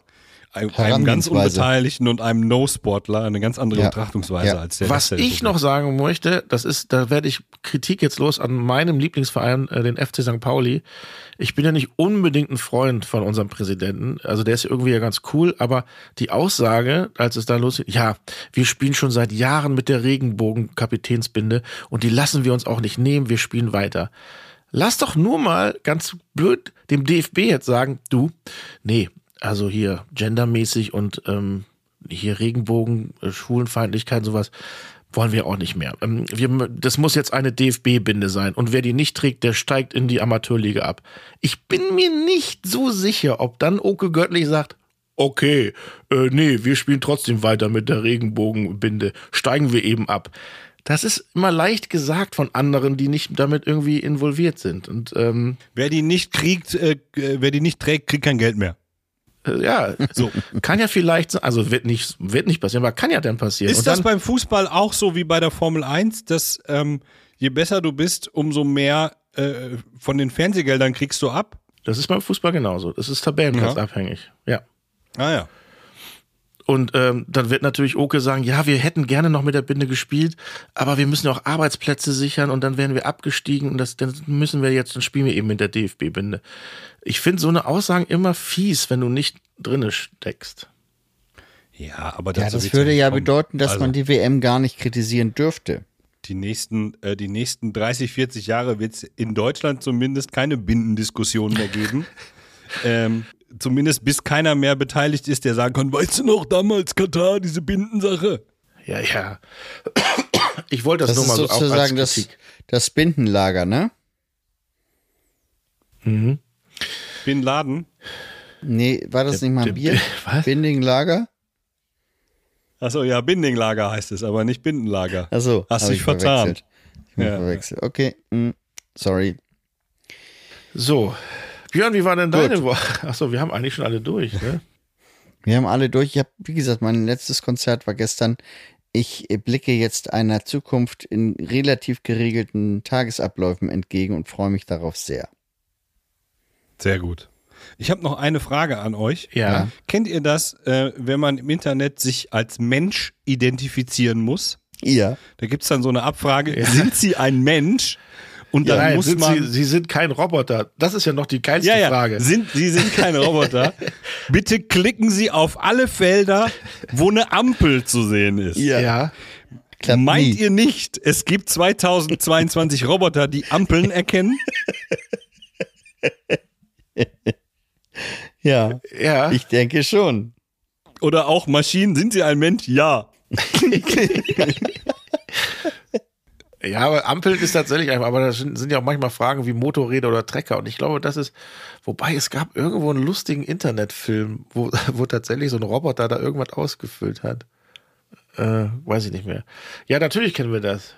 Speaker 2: ein- einem ganz
Speaker 4: Herangehensweise.
Speaker 2: Unbeteiligten und einem No-Sportler eine ganz andere
Speaker 4: Ja.
Speaker 2: Betrachtungsweise
Speaker 4: Ja.
Speaker 2: als der Rest
Speaker 3: Was
Speaker 2: der
Speaker 3: ich noch sagen möchte, das ist, da werde ich Kritik jetzt los an meinem Lieblingsverein, äh, den FC St. Pauli. Ich bin ja nicht unbedingt ein Freund von unserem Präsidenten. Also der ist irgendwie ja ganz cool, aber die Aussage, als es da losging, ja, wir spielen schon seit Jahren mit der Regenbogen-Kapitänsbinde und die lassen wir uns auch nicht nehmen, wir spielen weiter. Lass doch nur mal ganz blöd dem DFB jetzt sagen, du, nee, also hier gendermäßig und ähm, hier Regenbogen, äh, Schwulenfeindlichkeit, sowas wollen wir auch nicht mehr. Ähm, wir, mü- das muss jetzt eine DFB-Binde sein und wer die nicht trägt, der steigt in die Amateurliga ab. Ich bin mir nicht so sicher, ob dann Oke Göttlich sagt, okay, äh, nee, wir spielen trotzdem weiter mit der Regenbogenbinde, steigen wir eben ab. Das ist immer leicht gesagt von anderen, die nicht damit irgendwie involviert sind. Und ähm,
Speaker 2: Wer die nicht kriegt, äh, äh, wer die nicht trägt, kriegt kein Geld mehr.
Speaker 3: äh, ja, so kann ja vielleicht, sein- also wird nicht, wird nicht passieren, aber kann ja dann passieren.
Speaker 2: Ist
Speaker 3: Und
Speaker 2: das
Speaker 3: dann,
Speaker 2: beim Fußball auch so wie bei der Formel 1, dass ähm, je besser du bist, umso mehr äh, von den Fernsehgeldern kriegst du ab?
Speaker 3: das ist beim Fußball genauso. Das ist tabellenplatzabhängig. Ja.
Speaker 2: Ah ja.
Speaker 3: Und ähm, dann wird natürlich Oke sagen, ja, wir hätten gerne noch mit der Binde gespielt, aber wir müssen ja auch Arbeitsplätze sichern und dann wären wir abgestiegen und das dann müssen wir jetzt, dann spielen wir eben mit der DFB-Binde. Ich finde so eine Aussagen immer fies, wenn du nicht drinne steckst.
Speaker 2: Ja, aber
Speaker 4: Ja,
Speaker 2: dazu
Speaker 4: das
Speaker 2: wird's
Speaker 4: würde
Speaker 2: nicht
Speaker 4: ja
Speaker 2: kommen.
Speaker 4: bedeuten, dass
Speaker 2: also,
Speaker 4: man die WM gar nicht kritisieren dürfte.
Speaker 2: die nächsten, äh, die nächsten 30, 40 Jahre wird es in Deutschland zumindest keine Bindendiskussion mehr geben. ähm, zumindest bis keiner mehr beteiligt ist, der sagen kann, weißt du noch damals Katar, diese Bindensache?
Speaker 3: ja, ja. Ich wollte das,
Speaker 4: Das
Speaker 3: nur
Speaker 4: ist
Speaker 3: mal so auch als
Speaker 4: sozusagen das,
Speaker 3: Kritik.
Speaker 4: das Bindenlager, ne?
Speaker 2: Bin Laden.
Speaker 4: Nee, war das nicht mal ein Bier?
Speaker 3: Was?
Speaker 4: Bindenlager?
Speaker 2: Achso, ja, Bindinglager heißt es, aber nicht Bindenlager.
Speaker 4: Achso.
Speaker 2: Hast
Speaker 4: hab
Speaker 2: dich
Speaker 4: ich
Speaker 2: vertan.
Speaker 4: verwechselt. Ich hab mich
Speaker 2: Ja.
Speaker 4: verwechselt. Okay, mm, sorry.
Speaker 3: So. Björn, wie war denn deine Woche? Achso, wir haben eigentlich schon alle durch, ne?
Speaker 4: Wir haben alle durch. Ich habe, wie gesagt, mein letztes Konzert war gestern. Ich äh, blicke jetzt einer Zukunft in relativ geregelten Tagesabläufen entgegen und freue mich darauf sehr.
Speaker 2: Sehr gut. Ich habe noch eine Frage an euch.
Speaker 3: Ja.
Speaker 2: Kennt ihr das, äh, wenn man im Internet sich als Mensch identifizieren muss?
Speaker 4: Ja.
Speaker 2: Da gibt es dann so eine Abfrage, sind Sie ein Mensch? Und dann
Speaker 3: Nein,
Speaker 2: muss
Speaker 3: sind
Speaker 2: man.
Speaker 3: sie, sie sind kein Roboter. Das ist ja noch die geilste
Speaker 2: ja, ja,
Speaker 3: Frage.
Speaker 2: Sind, Sie sind kein Roboter. Bitte klicken Sie auf alle Felder, wo eine Ampel zu sehen ist.
Speaker 4: Ja.
Speaker 3: ja.
Speaker 4: Klappt
Speaker 2: Meint
Speaker 4: nie.
Speaker 2: ihr nicht, es gibt 2022 Roboter, die Ampeln erkennen?
Speaker 4: Ja,
Speaker 3: Ja.
Speaker 4: ich denke schon.
Speaker 2: Oder auch Maschinen? Sind sie ein Mensch? Ja.
Speaker 3: Ja, aber Ampeln ist tatsächlich einfach, aber da sind sind ja auch manchmal Fragen wie Motorräder oder Trecker. Und ich glaube, das ist, wobei es gab irgendwo einen lustigen Internetfilm, wo, wo tatsächlich so ein Roboter da irgendwas ausgefüllt hat. Äh, weiß ich nicht mehr. Ja, natürlich kennen wir das.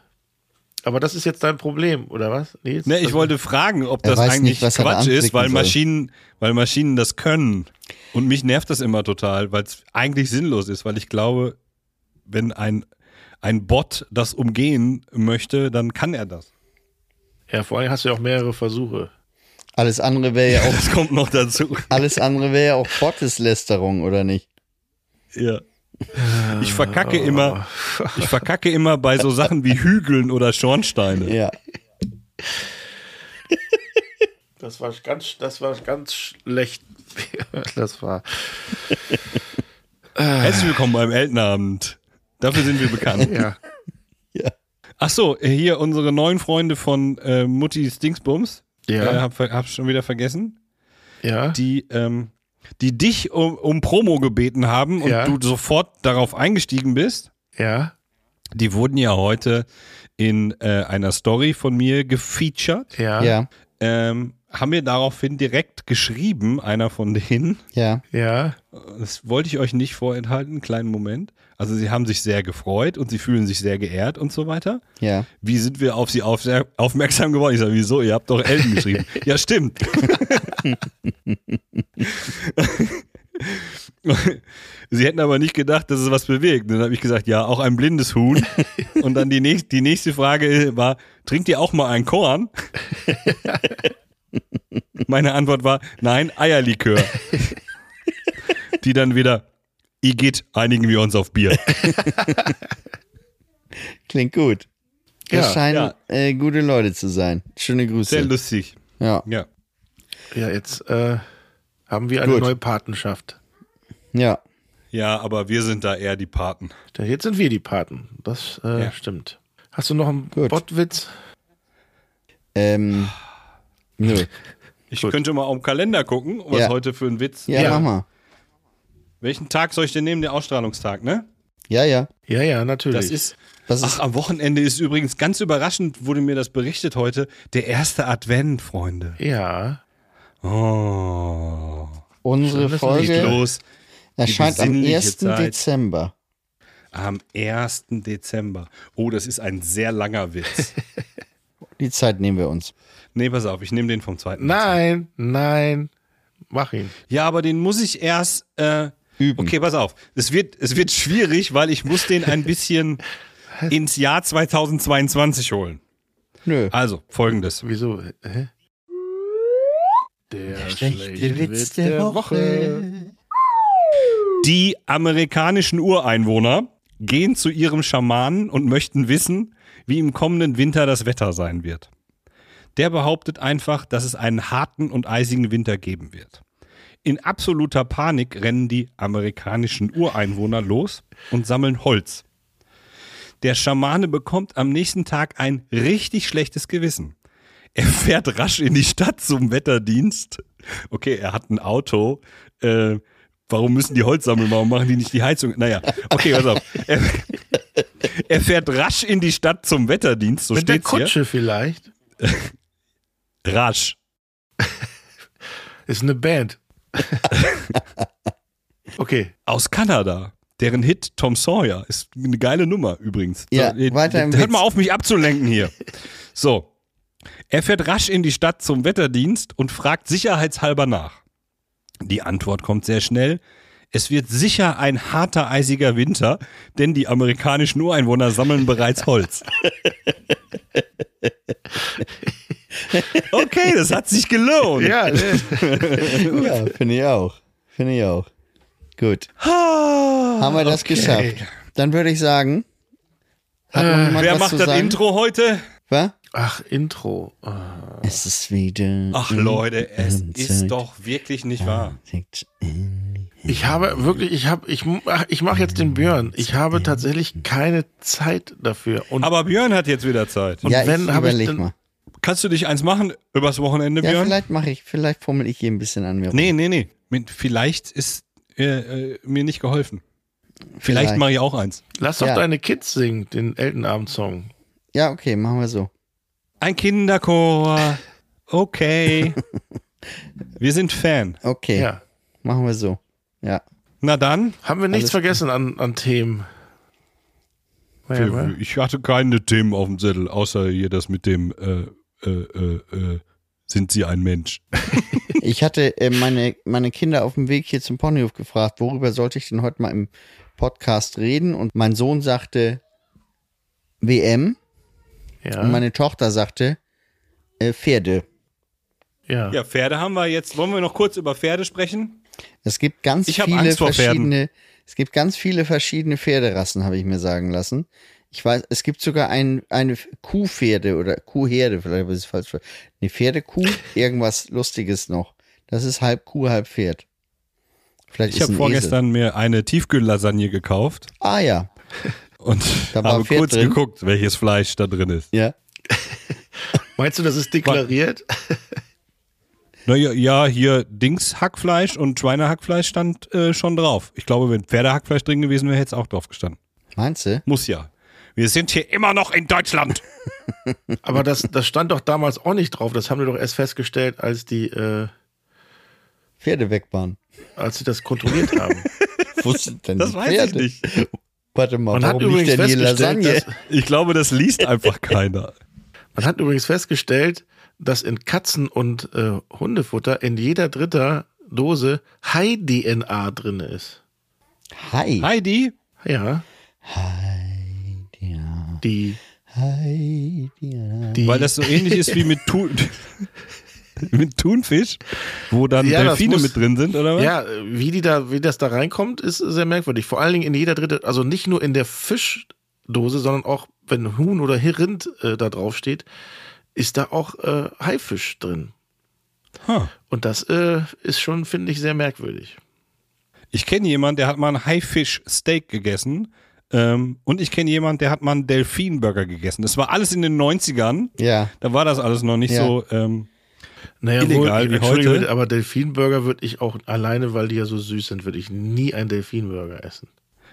Speaker 3: Aber das ist jetzt dein Problem, oder was? Nils? Also,
Speaker 2: Ne, ich
Speaker 3: Das-
Speaker 2: wollte fragen, ob
Speaker 4: Also, Er
Speaker 2: das
Speaker 4: weiß
Speaker 2: eigentlich
Speaker 4: nicht, was er da
Speaker 2: Quatsch ist,
Speaker 4: anklicken
Speaker 2: weil
Speaker 4: soll.
Speaker 2: Maschinen, weil Maschinen das können. Und mich nervt das immer total, weil es eigentlich sinnlos ist, weil ich glaube, wenn ein, ein Bot das umgehen möchte, dann kann er das.
Speaker 3: Ja, vor allem hast du ja auch mehrere Versuche.
Speaker 4: Alles andere wäre ja auch
Speaker 2: Das kommt noch dazu.
Speaker 4: alles andere wäre ja auch Gotteslästerung, oder nicht?
Speaker 2: Ja. Ich verkacke
Speaker 4: Ah.
Speaker 2: immer, ich verkacke immer bei so Sachen wie Hügeln oder Schornsteine.
Speaker 4: Ja.
Speaker 3: Das war ganz, das war ganz schlecht. Das war.
Speaker 2: Herzlich willkommen beim Elternabend. Dafür sind wir bekannt.
Speaker 3: Ja.
Speaker 2: Ach so, hier unsere neuen Freunde von äh, Mutti Stingsbums.
Speaker 3: Ja.
Speaker 2: Äh, hab, ver- hab schon wieder vergessen.
Speaker 3: Ja.
Speaker 2: Die, ähm, die dich um, um Promo gebeten haben und
Speaker 3: Ja.
Speaker 2: du sofort darauf eingestiegen bist.
Speaker 3: Ja.
Speaker 2: Die wurden ja heute in äh, einer Story von mir gefeatured.
Speaker 3: Ja. Ja.
Speaker 4: Ja.
Speaker 2: Ähm, haben mir daraufhin direkt geschrieben, einer von denen.
Speaker 4: Ja.
Speaker 3: Ja.
Speaker 2: Das wollte ich euch nicht vorenthalten, einen kleinen Moment. Also sie haben sich sehr gefreut und sie fühlen sich sehr geehrt und so weiter.
Speaker 4: Ja.
Speaker 2: Wie sind wir auf sie auf, aufmerksam geworden? Ich sage, wieso? Ihr habt doch Elben geschrieben. ja, stimmt. sie hätten aber nicht gedacht, dass es was bewegt. Dann habe ich gesagt, ja, auch ein blindes Huhn. Und dann die, nächst, die nächste Frage war, trinkt ihr auch mal ein Korn? Meine Antwort war, nein, Eierlikör. die dann wieder, Igitt, einigen wir uns auf Bier.
Speaker 4: Klingt gut. Das
Speaker 3: Ja,
Speaker 4: scheinen
Speaker 2: ja.
Speaker 4: Äh, gute Leute zu sein. Schöne
Speaker 2: Sehr
Speaker 4: Grüße.
Speaker 2: lustig.
Speaker 4: Ja.
Speaker 2: Ja.
Speaker 3: Ja, jetzt äh, haben wir eine
Speaker 4: Gut.
Speaker 3: neue Patenschaft.
Speaker 4: Ja.
Speaker 2: Ja, aber wir sind da eher die Paten.
Speaker 3: Da- Jetzt sind wir die Paten. Das äh,
Speaker 2: Ja.
Speaker 3: stimmt. Hast du noch einen
Speaker 4: Gut.
Speaker 3: Bottwitz?
Speaker 4: Ähm, nö.
Speaker 2: Ich
Speaker 3: Gut.
Speaker 2: könnte mal auf den Kalender gucken, was
Speaker 4: Ja.
Speaker 2: heute für ein Witz.
Speaker 4: Ja,
Speaker 3: Ja.
Speaker 4: mach mal.
Speaker 2: Welchen Tag soll ich denn nehmen? Der Ausstrahlungstag, ne?
Speaker 4: Ja, ja.
Speaker 3: Ja, ja, natürlich.
Speaker 2: Das ist.
Speaker 4: Das ist
Speaker 2: Ach, am Wochenende ist übrigens ganz überraschend, wurde mir das berichtet heute, der erste Advent, Freunde.
Speaker 3: ja.
Speaker 2: Oh.
Speaker 4: unsere
Speaker 3: Schön, dass du nicht
Speaker 2: Geht
Speaker 3: Ja.
Speaker 4: Folge.
Speaker 2: los.
Speaker 4: Erscheint am
Speaker 2: besinnliche
Speaker 4: 1.
Speaker 2: Zeit.
Speaker 4: Dezember.
Speaker 2: Am 1. Dezember. Oh, das ist ein sehr langer Witz.
Speaker 4: Die Zeit nehmen wir uns.
Speaker 2: nee, pass auf, ich nehme den vom zweiten.
Speaker 3: Nein, nein. Mach ihn.
Speaker 2: Ja, aber den muss ich erst äh,
Speaker 4: Üben.
Speaker 2: Okay, pass auf. Es wird, es wird schwierig, weil ich muss den ein bisschen ins Jahr 2022 holen.
Speaker 4: Nö.
Speaker 2: Also, folgendes.
Speaker 3: Wieso? Hä? Der,
Speaker 4: Schlechte Witz der Woche.
Speaker 2: Die amerikanischen Ureinwohner gehen zu ihrem Schamanen und möchten wissen, wie im kommenden Winter das Wetter sein wird. Der behauptet einfach, dass es einen harten und eisigen Winter geben wird. In absoluter Panik rennen die amerikanischen Ureinwohner los und sammeln Holz. Der Schamane bekommt am nächsten Tag ein richtig schlechtes Gewissen. Er fährt rasch in die Stadt zum Wetterdienst. Okay, er hat ein Auto. Äh, warum müssen die Holz sammeln? Warum machen die nicht die Heizung? Naja, okay, pass auf. Er, Er fährt rasch in die Stadt zum Wetterdienst, so
Speaker 3: Mit der
Speaker 2: steht's hier.
Speaker 3: Kutsche vielleicht.
Speaker 2: Rasch.
Speaker 3: Ist eine Band. okay.
Speaker 2: Aus Kanada. Deren Hit Tom Sawyer ist eine geile Nummer übrigens.
Speaker 4: Ja,
Speaker 2: So, äh,
Speaker 4: weiter im
Speaker 2: Hört
Speaker 4: Witz.
Speaker 2: mal auf, mich abzulenken hier. So. Er fährt rasch in die Stadt zum Wetterdienst und fragt sicherheitshalber nach. Die Antwort kommt sehr schnell. Es wird sicher ein harter, eisiger Winter, denn die amerikanischen Ureinwohner sammeln bereits Holz. Okay, das hat sich gelohnt.
Speaker 3: Ja, ne.
Speaker 4: Ja, finde ich auch. Finde ich auch. Gut. Haben wir das geschafft? Dann würde ich sagen. Hat noch jemand
Speaker 2: Wer
Speaker 4: was
Speaker 2: macht
Speaker 4: zu
Speaker 2: das
Speaker 4: sagen?
Speaker 2: Intro heute?
Speaker 4: Was?
Speaker 3: Ach, Intro. Ah.
Speaker 4: Es ist wieder.
Speaker 2: Ach Leute, es
Speaker 4: ähm,
Speaker 2: ist doch wirklich nicht wahr.
Speaker 3: Ich habe wirklich, ich habe, ich, mach- ich mache jetzt den Björn. Ich habe tatsächlich keine Zeit dafür. Und
Speaker 2: Aber Björn hat jetzt wieder Zeit.
Speaker 4: ja,
Speaker 3: wenn,
Speaker 4: ich
Speaker 3: hab ich
Speaker 4: überleg
Speaker 3: dann-
Speaker 4: mal.
Speaker 2: Kannst du dich eins machen übers Wochenende,
Speaker 4: Ja,
Speaker 2: Björn?
Speaker 4: vielleicht mache ich, vielleicht fummel ich hier ein bisschen an mir. rum.
Speaker 2: Nee, nee, nee. Mit- Vielleicht ist äh, äh, mir nicht geholfen. Vielleicht,
Speaker 4: Vielleicht.
Speaker 2: mache ich auch eins.
Speaker 3: lass doch
Speaker 4: Ja.
Speaker 3: deine Kids singen, den Eltenabend-Song.
Speaker 4: Ja, okay, machen wir so.
Speaker 2: Ein Kinderchor. Okay. Wir sind Fan.
Speaker 4: Okay,
Speaker 3: Ja.
Speaker 4: machen wir so. Ja.
Speaker 2: Na dann.
Speaker 3: Haben wir nichts vergessen an, an Themen? Naja, ne? wa?
Speaker 2: Ich hatte keine Themen auf dem Zettel, außer hier das mit dem äh, äh, äh, äh, Sind Sie ein Mensch?
Speaker 4: Ich hatte äh, meine, meine Kinder auf dem Weg hier zum Ponyhof gefragt, worüber sollte ich denn heute mal im Podcast reden? Und mein Sohn sagte WM
Speaker 3: Ja.
Speaker 4: und meine Tochter sagte äh, Pferde.
Speaker 3: ja.
Speaker 2: Ja, Pferde haben wir jetzt. Wollen wir noch kurz über Pferde sprechen?
Speaker 4: Es gibt ganz
Speaker 2: Ich hab
Speaker 4: viele
Speaker 2: Angst vor Pferden.
Speaker 4: verschiedene, es gibt ganz viele verschiedene Pferderassen, habe ich mir sagen lassen. Ich weiß, es gibt sogar ein, eine Kuhpferde oder Kuhherde, vielleicht habe ich es falsch ver- Eine Pferdekuh, irgendwas Lustiges noch. Das ist halb Kuh, halb Pferd. Vielleicht
Speaker 2: Ich
Speaker 4: ist
Speaker 2: habe
Speaker 4: ein
Speaker 2: vorgestern mir eine Tiefkühllasagne gekauft
Speaker 4: Esel. Ah ja,
Speaker 2: und
Speaker 4: Da war
Speaker 2: habe
Speaker 4: Pferd
Speaker 2: kurz
Speaker 4: drin?
Speaker 2: geguckt, welches Fleisch da drin ist.
Speaker 4: ja.
Speaker 3: Meinst du, das ist deklariert?
Speaker 2: Naja, ja, hier Dings Hackfleisch und Schweinehackfleisch stand äh, schon drauf. Ich glaube, wenn Pferdehackfleisch drin gewesen wäre, hätte es auch drauf gestanden.
Speaker 4: Meinst du?
Speaker 2: Muss ja. Wir sind hier immer noch in Deutschland.
Speaker 3: Aber das, das stand doch damals auch nicht drauf. Das haben wir doch erst festgestellt, als die, äh,
Speaker 4: Pferde wegbauen.
Speaker 3: als sie das kontrolliert haben.
Speaker 4: Wo sind denn
Speaker 2: Das
Speaker 4: die
Speaker 2: weiß ich
Speaker 4: Pferde?
Speaker 2: nicht.
Speaker 4: Warte mal,
Speaker 3: Man hat
Speaker 4: warum liegt
Speaker 3: übrigens
Speaker 4: denn die
Speaker 3: festgestellt,
Speaker 4: Lasagne?
Speaker 3: dass,
Speaker 2: Ich glaube, das liest einfach keiner.
Speaker 3: man hat übrigens festgestellt, dass in Katzen- und äh, Hundefutter in jeder dritter Dose Hai-DNA drin ist.
Speaker 4: Hi.
Speaker 2: Heidi,
Speaker 3: Ja,
Speaker 4: Ja.
Speaker 3: die,
Speaker 4: Hi. Ja.
Speaker 3: die
Speaker 2: weil das so ähnlich ist wie mit, Thun, mit Thunfisch, wo dann
Speaker 3: Ja, das
Speaker 2: Delfine
Speaker 3: muss-
Speaker 2: mit drin sind, oder was?
Speaker 3: Ja, äh, wie die da, wie das da reinkommt, ist sehr merkwürdig. Vor allen Dingen in jeder dritte, also nicht nur in der Fischdose, sondern auch wenn Huhn oder Rind äh, da drauf steht, ist da auch äh, Haifisch drin.
Speaker 2: Huh.
Speaker 3: Und das äh, ist schon, finde ich, sehr merkwürdig.
Speaker 2: Ich kenne jemanden, der hat mal ein Haifisch-Steak gegessen. Ähm, und ich kenne jemanden, der hat mal einen Delfinburger gegessen. Das war alles in den 90ern.
Speaker 4: ja.
Speaker 2: Da war das alles noch nicht
Speaker 4: Ja.
Speaker 2: so. Ähm,
Speaker 3: Naja,
Speaker 2: Illegal wie
Speaker 3: Entschuldigung,
Speaker 2: heute.
Speaker 3: aber Delfinburger würde ich auch alleine, weil die ja so süß sind, würde ich nie einen Delfinburger essen.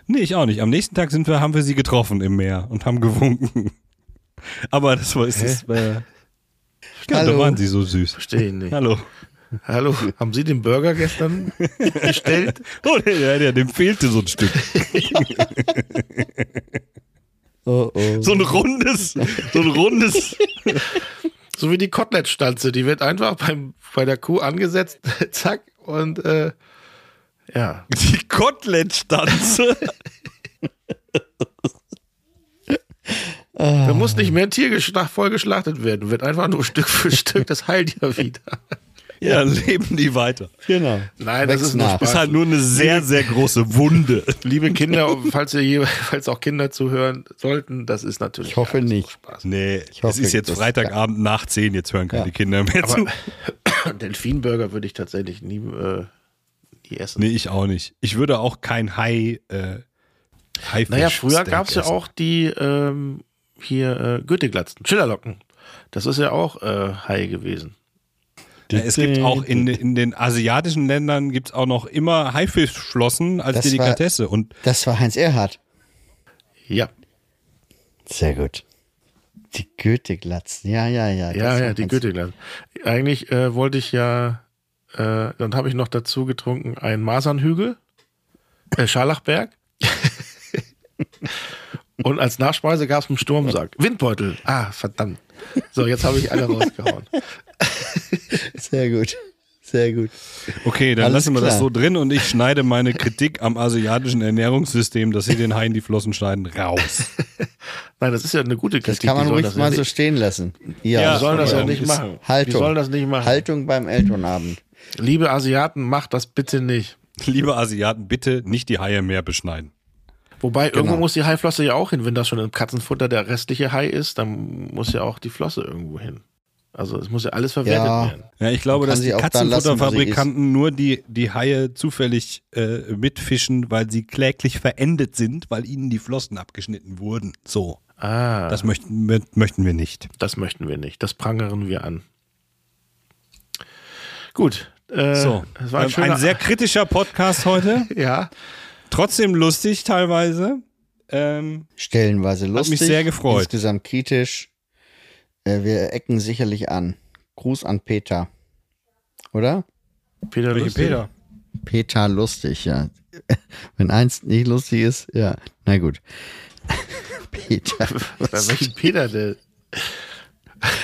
Speaker 2: nee, ich auch nicht. Am nächsten Tag sind wir, haben wir sie getroffen im Meer und haben gewunken. Aber das war ist das, äh, ja, da
Speaker 4: Hallo.
Speaker 2: waren sie so süß.
Speaker 3: Verstehe ich nicht.
Speaker 2: Hallo.
Speaker 3: Hallo, haben Sie den Burger gestern bestellt?
Speaker 2: Oh, der, der, dem fehlte so ein Stück.
Speaker 4: Oh, oh.
Speaker 2: So ein rundes, so ein rundes.
Speaker 3: So wie die Kotelettstanze, die wird einfach beim, bei der Kuh angesetzt, zack, und äh, ja.
Speaker 2: Die Kotelettstanze.
Speaker 3: Da muss nicht mehr ein Tier geschlacht, voll geschlachtet werden, wird einfach nur Stück für Stück, das heilt ja wieder.
Speaker 2: Ja, leben die weiter.
Speaker 4: Genau.
Speaker 3: Nein, das
Speaker 4: Wächst
Speaker 3: ist nur
Speaker 4: nach.
Speaker 3: Spaß.
Speaker 2: Ist halt nur eine sehr, sehr große Wunde.
Speaker 3: Liebe Kinder, falls ihr je, falls auch Kinder zuhören sollten, das ist natürlich.
Speaker 4: Ich hoffe
Speaker 3: alles nur
Speaker 4: nicht.
Speaker 3: Spaß.
Speaker 2: Nee, es
Speaker 4: hoffe,
Speaker 2: ist jetzt
Speaker 4: das-
Speaker 2: Freitagabend nach 10, jetzt hören keine
Speaker 4: Ja.
Speaker 2: Kinder mehr zu.
Speaker 3: Aber Delfinburger würde ich tatsächlich nie, äh, nie essen.
Speaker 2: Nee, ich auch nicht. Ich würde auch kein Hai, äh, Haifisch
Speaker 3: Naja, früher
Speaker 2: Steak
Speaker 3: gab es ja
Speaker 2: essen.
Speaker 3: auch die ähm, hier äh, Gürtelglatzen, Schillerlocken. Das ist ja auch äh, Hai gewesen.
Speaker 2: Ja, es gibt auch in, in den asiatischen Ländern gibt es auch noch immer Haifischflossen als
Speaker 4: Das war-
Speaker 2: Delikatesse. Und
Speaker 4: Das war Heinz Erhardt.
Speaker 3: Ja.
Speaker 4: Sehr gut. Die Goethe-Glatzen. Ja, ja, ja.
Speaker 3: Ja,
Speaker 4: das
Speaker 3: ja,
Speaker 4: war
Speaker 3: die
Speaker 4: ganz-
Speaker 3: Goethe-Glas. Eigentlich äh, wollte ich ja, äh, dann habe ich noch dazu getrunken einen Masernhügel, äh, Scharlachberg. Und als Nachspeise gab es einen Sturmsack. Windbeutel. Ah, verdammt. So, jetzt habe ich alle rausgehauen.
Speaker 4: Sehr gut. Sehr gut.
Speaker 2: Okay, dann
Speaker 4: Alles
Speaker 2: lassen wir das
Speaker 4: klar.
Speaker 2: so drin und ich schneide meine Kritik am asiatischen Ernährungssystem, dass sie den Haien die Flossen schneiden, raus.
Speaker 3: Nein, das ist ja eine gute
Speaker 4: Das
Speaker 3: Kritik.
Speaker 4: kann man
Speaker 3: die sollen
Speaker 4: ruhig
Speaker 3: das
Speaker 4: mal
Speaker 3: ja
Speaker 4: so
Speaker 3: nicht-
Speaker 4: stehen lassen. Ja,
Speaker 2: Ja,
Speaker 3: Die sollen das ja
Speaker 2: Entschuldigung,
Speaker 3: nicht
Speaker 2: ist-
Speaker 3: machen.
Speaker 4: Haltung. Halt-
Speaker 3: Die sollen das nicht machen.
Speaker 4: Haltung beim Elternabend.
Speaker 3: Liebe Asiaten, macht das bitte nicht.
Speaker 2: Liebe Asiaten, bitte nicht die Haie mehr beschneiden.
Speaker 3: Wobei,
Speaker 4: Genau.
Speaker 3: irgendwo muss die Haiflosse ja auch hin. Wenn das schon im Katzenfutter der restliche Hai ist, dann muss ja auch die Flosse irgendwo hin. Also es muss ja alles verwertet
Speaker 4: Ja.
Speaker 3: werden.
Speaker 2: Ja, ich glaube,
Speaker 4: Man kann
Speaker 2: dass die
Speaker 4: sie auch da lassen, wo sie
Speaker 2: Katzenfutterfabrikanten nur die, die Haie zufällig äh, mitfischen, weil sie kläglich verendet sind, weil ihnen die Flossen abgeschnitten wurden. So,
Speaker 3: Ah, das,
Speaker 2: das möchten wir, möchten wir nicht.
Speaker 3: möchten wir nicht. Das prangern wir an. Gut. Äh,
Speaker 2: So,
Speaker 3: das war ein,
Speaker 2: Ähm,
Speaker 3: schöner,
Speaker 2: ein sehr kritischer Podcast heute.
Speaker 3: ja,
Speaker 2: Trotzdem lustig teilweise. Ähm,
Speaker 4: Stellenweise
Speaker 2: mich
Speaker 4: lustig.
Speaker 2: sehr gefreut.
Speaker 4: Insgesamt kritisch. Äh, Wir ecken sicherlich an. Gruß an Peter. Oder?
Speaker 3: Peter
Speaker 2: welche
Speaker 3: Lustig.
Speaker 2: Peter?
Speaker 4: Peter lustig, ja. Wenn eins nicht lustig ist, ja. Na gut. Peter.
Speaker 3: Bei welchem Peter denn?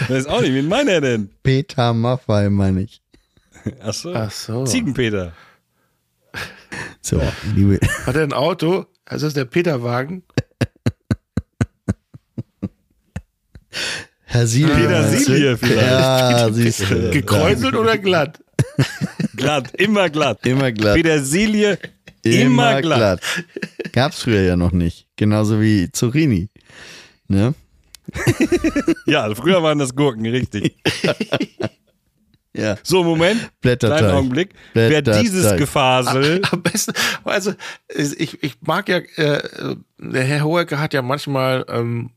Speaker 2: Weiß auch nicht, wen meint er denn?
Speaker 4: Peter Maffei, meine ich.
Speaker 2: Achso.
Speaker 3: Ach so.
Speaker 2: Ziegenpeter.
Speaker 4: So, liebe.
Speaker 3: Hat er ein Auto? Also ist der Peterwagen.
Speaker 4: Herr Silie.
Speaker 2: Petersilie vielleicht.
Speaker 4: Ja, Ah, siehst du.
Speaker 3: Gekräuselt oder glatt?
Speaker 2: Glatt, immer glatt.
Speaker 4: Immer glatt.
Speaker 2: Petersilie, immer, glatt.
Speaker 4: glatt. Gab's früher ja noch nicht. Genauso wie Zucchini. Ne?
Speaker 2: Ja, früher waren das Gurken, richtig.
Speaker 4: Ja.
Speaker 2: So, Moment.
Speaker 4: Blätterteig.
Speaker 2: Kleinen Augenblick. Wer
Speaker 4: Blätterteig.
Speaker 2: dieses
Speaker 4: Äh?
Speaker 2: Gefasel.
Speaker 3: Am besten, also ich, ich mag ja, äh, der Herr Hoeker hat ja manchmal ähm,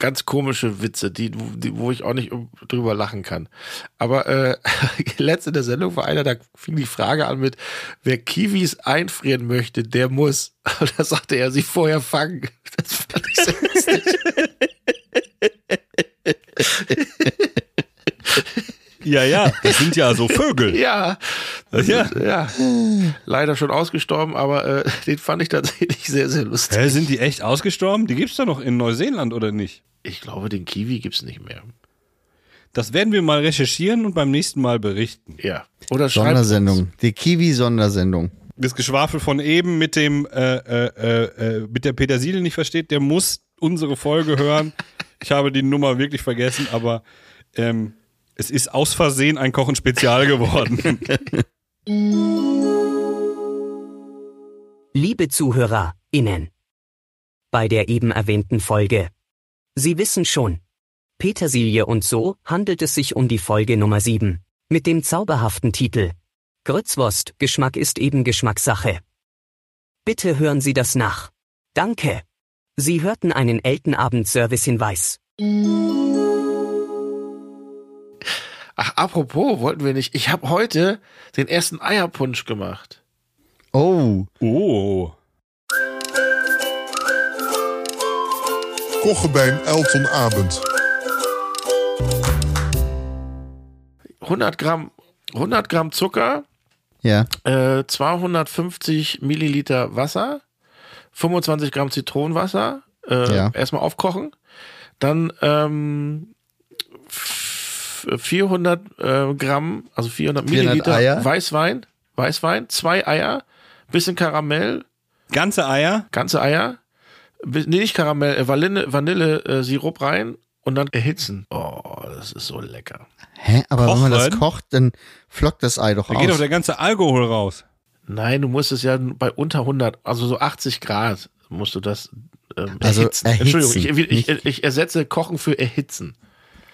Speaker 3: ganz komische Witze, die, die, wo ich auch nicht um, drüber lachen kann. Aber äh, letzte in der Sendung war einer, da fing die Frage an mit, wer Kiwis einfrieren möchte, der muss. Und da sagte er, sie vorher fangen. Das fand ich sehr lustig.
Speaker 2: Ja, ja, das sind ja so Vögel.
Speaker 3: ja,
Speaker 2: Ja.
Speaker 3: ja, leider schon ausgestorben, aber äh, den fand ich tatsächlich sehr, sehr lustig.
Speaker 2: Hä, sind die echt ausgestorben? Die gibt's doch noch in Neuseeland, oder nicht?
Speaker 3: Ich glaube, den Kiwi gibt es nicht mehr.
Speaker 2: Das werden wir mal recherchieren und beim nächsten Mal berichten.
Speaker 3: Ja. Oder schreibt uns.
Speaker 4: Sondersendung. Die Kiwi-Sondersendung.
Speaker 2: Das Geschwafel von eben mit dem äh, äh, äh, äh, mit der Petersilie nicht versteht, der muss unsere Folge hören. Ich habe die Nummer wirklich vergessen, aber ähm, es ist aus Versehen ein Kochen-Spezial geworden.
Speaker 5: Liebe ZuhörerInnen. Bei der eben erwähnten Folge. Sie wissen schon. Petersilie und so handelt es sich um die Folge Nummer 7. Mit dem zauberhaften Titel. Grützwurst, Geschmack ist eben Geschmackssache. Bitte hören Sie das nach. Danke. Sie hörten einen Eltenabend-Service-Hinweis.
Speaker 3: Ach, apropos, wollten wir nicht. Ich habe heute den ersten Eierpunsch gemacht.
Speaker 4: Oh,
Speaker 2: Oh.
Speaker 6: Kochen bij een Elton Abend.
Speaker 3: 100 Gramm, 100 Gramm Zucker,
Speaker 4: ja.
Speaker 3: äh, 250 Milliliter Wasser, 25 Gramm Zitronenwasser. Äh,
Speaker 4: Ja.
Speaker 3: Erstmal aufkochen. Dann ähm, f- 400 äh, Gramm, also 400 Milliliter
Speaker 4: Eier.
Speaker 3: Weißwein. Weißwein, zwei Eier, bisschen Karamell,
Speaker 2: Ganze Eier?
Speaker 3: ganze Eier, bi- nee, nicht Karamell, äh, Vanille, Vanille äh, Sirup rein und dann erhitzen. Oh, das ist so lecker.
Speaker 4: Hä? Aber wenn man das
Speaker 2: Kochen?
Speaker 4: kocht, dann flockt das Ei doch
Speaker 2: Da
Speaker 4: aus.
Speaker 2: geht doch der ganze Alkohol raus.
Speaker 3: Nein, du musst es ja bei unter 100, also so 80 Grad musst du das ähm,
Speaker 4: Also
Speaker 3: erhitzen.
Speaker 4: erhitzen,
Speaker 3: Entschuldigung, ich, ich,
Speaker 4: nicht-
Speaker 3: ich ersetze Kochen für erhitzen.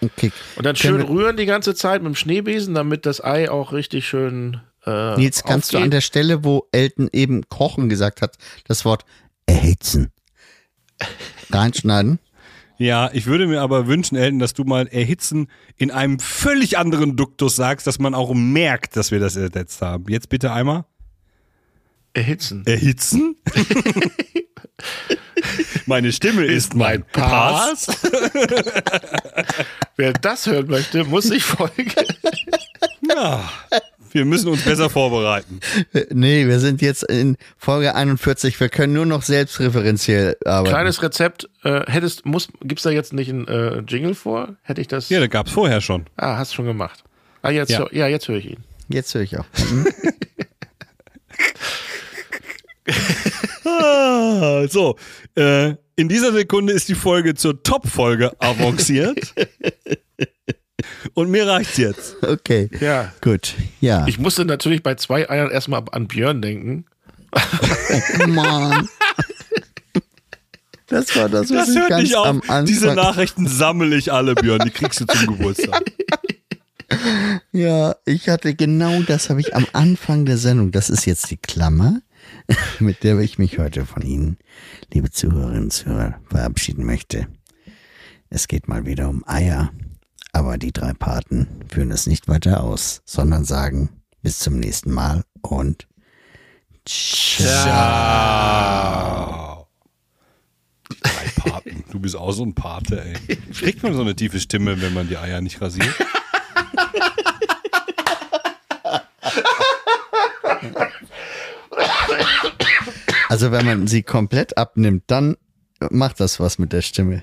Speaker 4: okay.
Speaker 3: Und dann
Speaker 4: Können
Speaker 3: schön
Speaker 4: wir-
Speaker 3: rühren die ganze Zeit mit dem Schneebesen, damit das Ei auch richtig schön äh,
Speaker 4: Nils, kannst du an der Stelle, wo Elton eben kochen gesagt hat, das Wort erhitzen reinschneiden?
Speaker 2: Ja, ich würde mir aber wünschen, Elton, dass du mal erhitzen in einem völlig anderen Duktus sagst, dass man auch merkt, dass wir das ersetzt haben. Jetzt bitte einmal.
Speaker 3: erhitzen.
Speaker 2: Erhitzen? Meine Stimme ist mein Pass.
Speaker 3: Wer das hören möchte, muss sich folgen.
Speaker 2: Ja, wir müssen uns besser vorbereiten.
Speaker 4: Äh, Nee, wir sind jetzt in Folge 41. Wir können nur noch selbstreferenziell arbeiten.
Speaker 3: Kleines Rezept. Äh, hättest, muss, gibt's da jetzt nicht einen äh, Jingle vor? Hätte ich das?
Speaker 2: Ja, das gab's vorher schon.
Speaker 3: Ah, hast schon gemacht. Ah, jetzt,
Speaker 2: Ja.
Speaker 3: hör- ja jetzt höre ich ihn.
Speaker 4: Jetzt höre ich auch.
Speaker 2: Ah, so, äh, in dieser Sekunde ist die Folge zur Top-Folge avanciert. Und mir reicht's jetzt.
Speaker 4: Okay.
Speaker 3: Ja.
Speaker 4: Gut. Ja.
Speaker 3: Ich musste natürlich bei zwei Eiern erstmal an Björn denken.
Speaker 4: Mann. Das war das, was
Speaker 2: Das
Speaker 4: ich
Speaker 2: hört
Speaker 4: ganz
Speaker 2: nicht
Speaker 4: am
Speaker 2: auf.
Speaker 4: Anfang.
Speaker 2: Diese Nachrichten sammle ich alle, Björn. Die kriegst du zum Geburtstag.
Speaker 4: ja, ich hatte genau das habe ich am Anfang der Sendung. Das ist jetzt die Klammer, mit der ich mich heute von Ihnen, liebe Zuhörerinnen und Zuhörer, verabschieden möchte. Es geht mal wieder um Eier, aber die drei Paten führen es nicht weiter aus, sondern sagen bis zum nächsten Mal und
Speaker 2: Drei Paten. Du bist auch so ein Pate, ey. Kriegt man so eine tiefe Stimme, wenn man die Eier nicht rasiert?
Speaker 4: Also wenn man sie komplett abnimmt, dann macht das was mit der Stimme.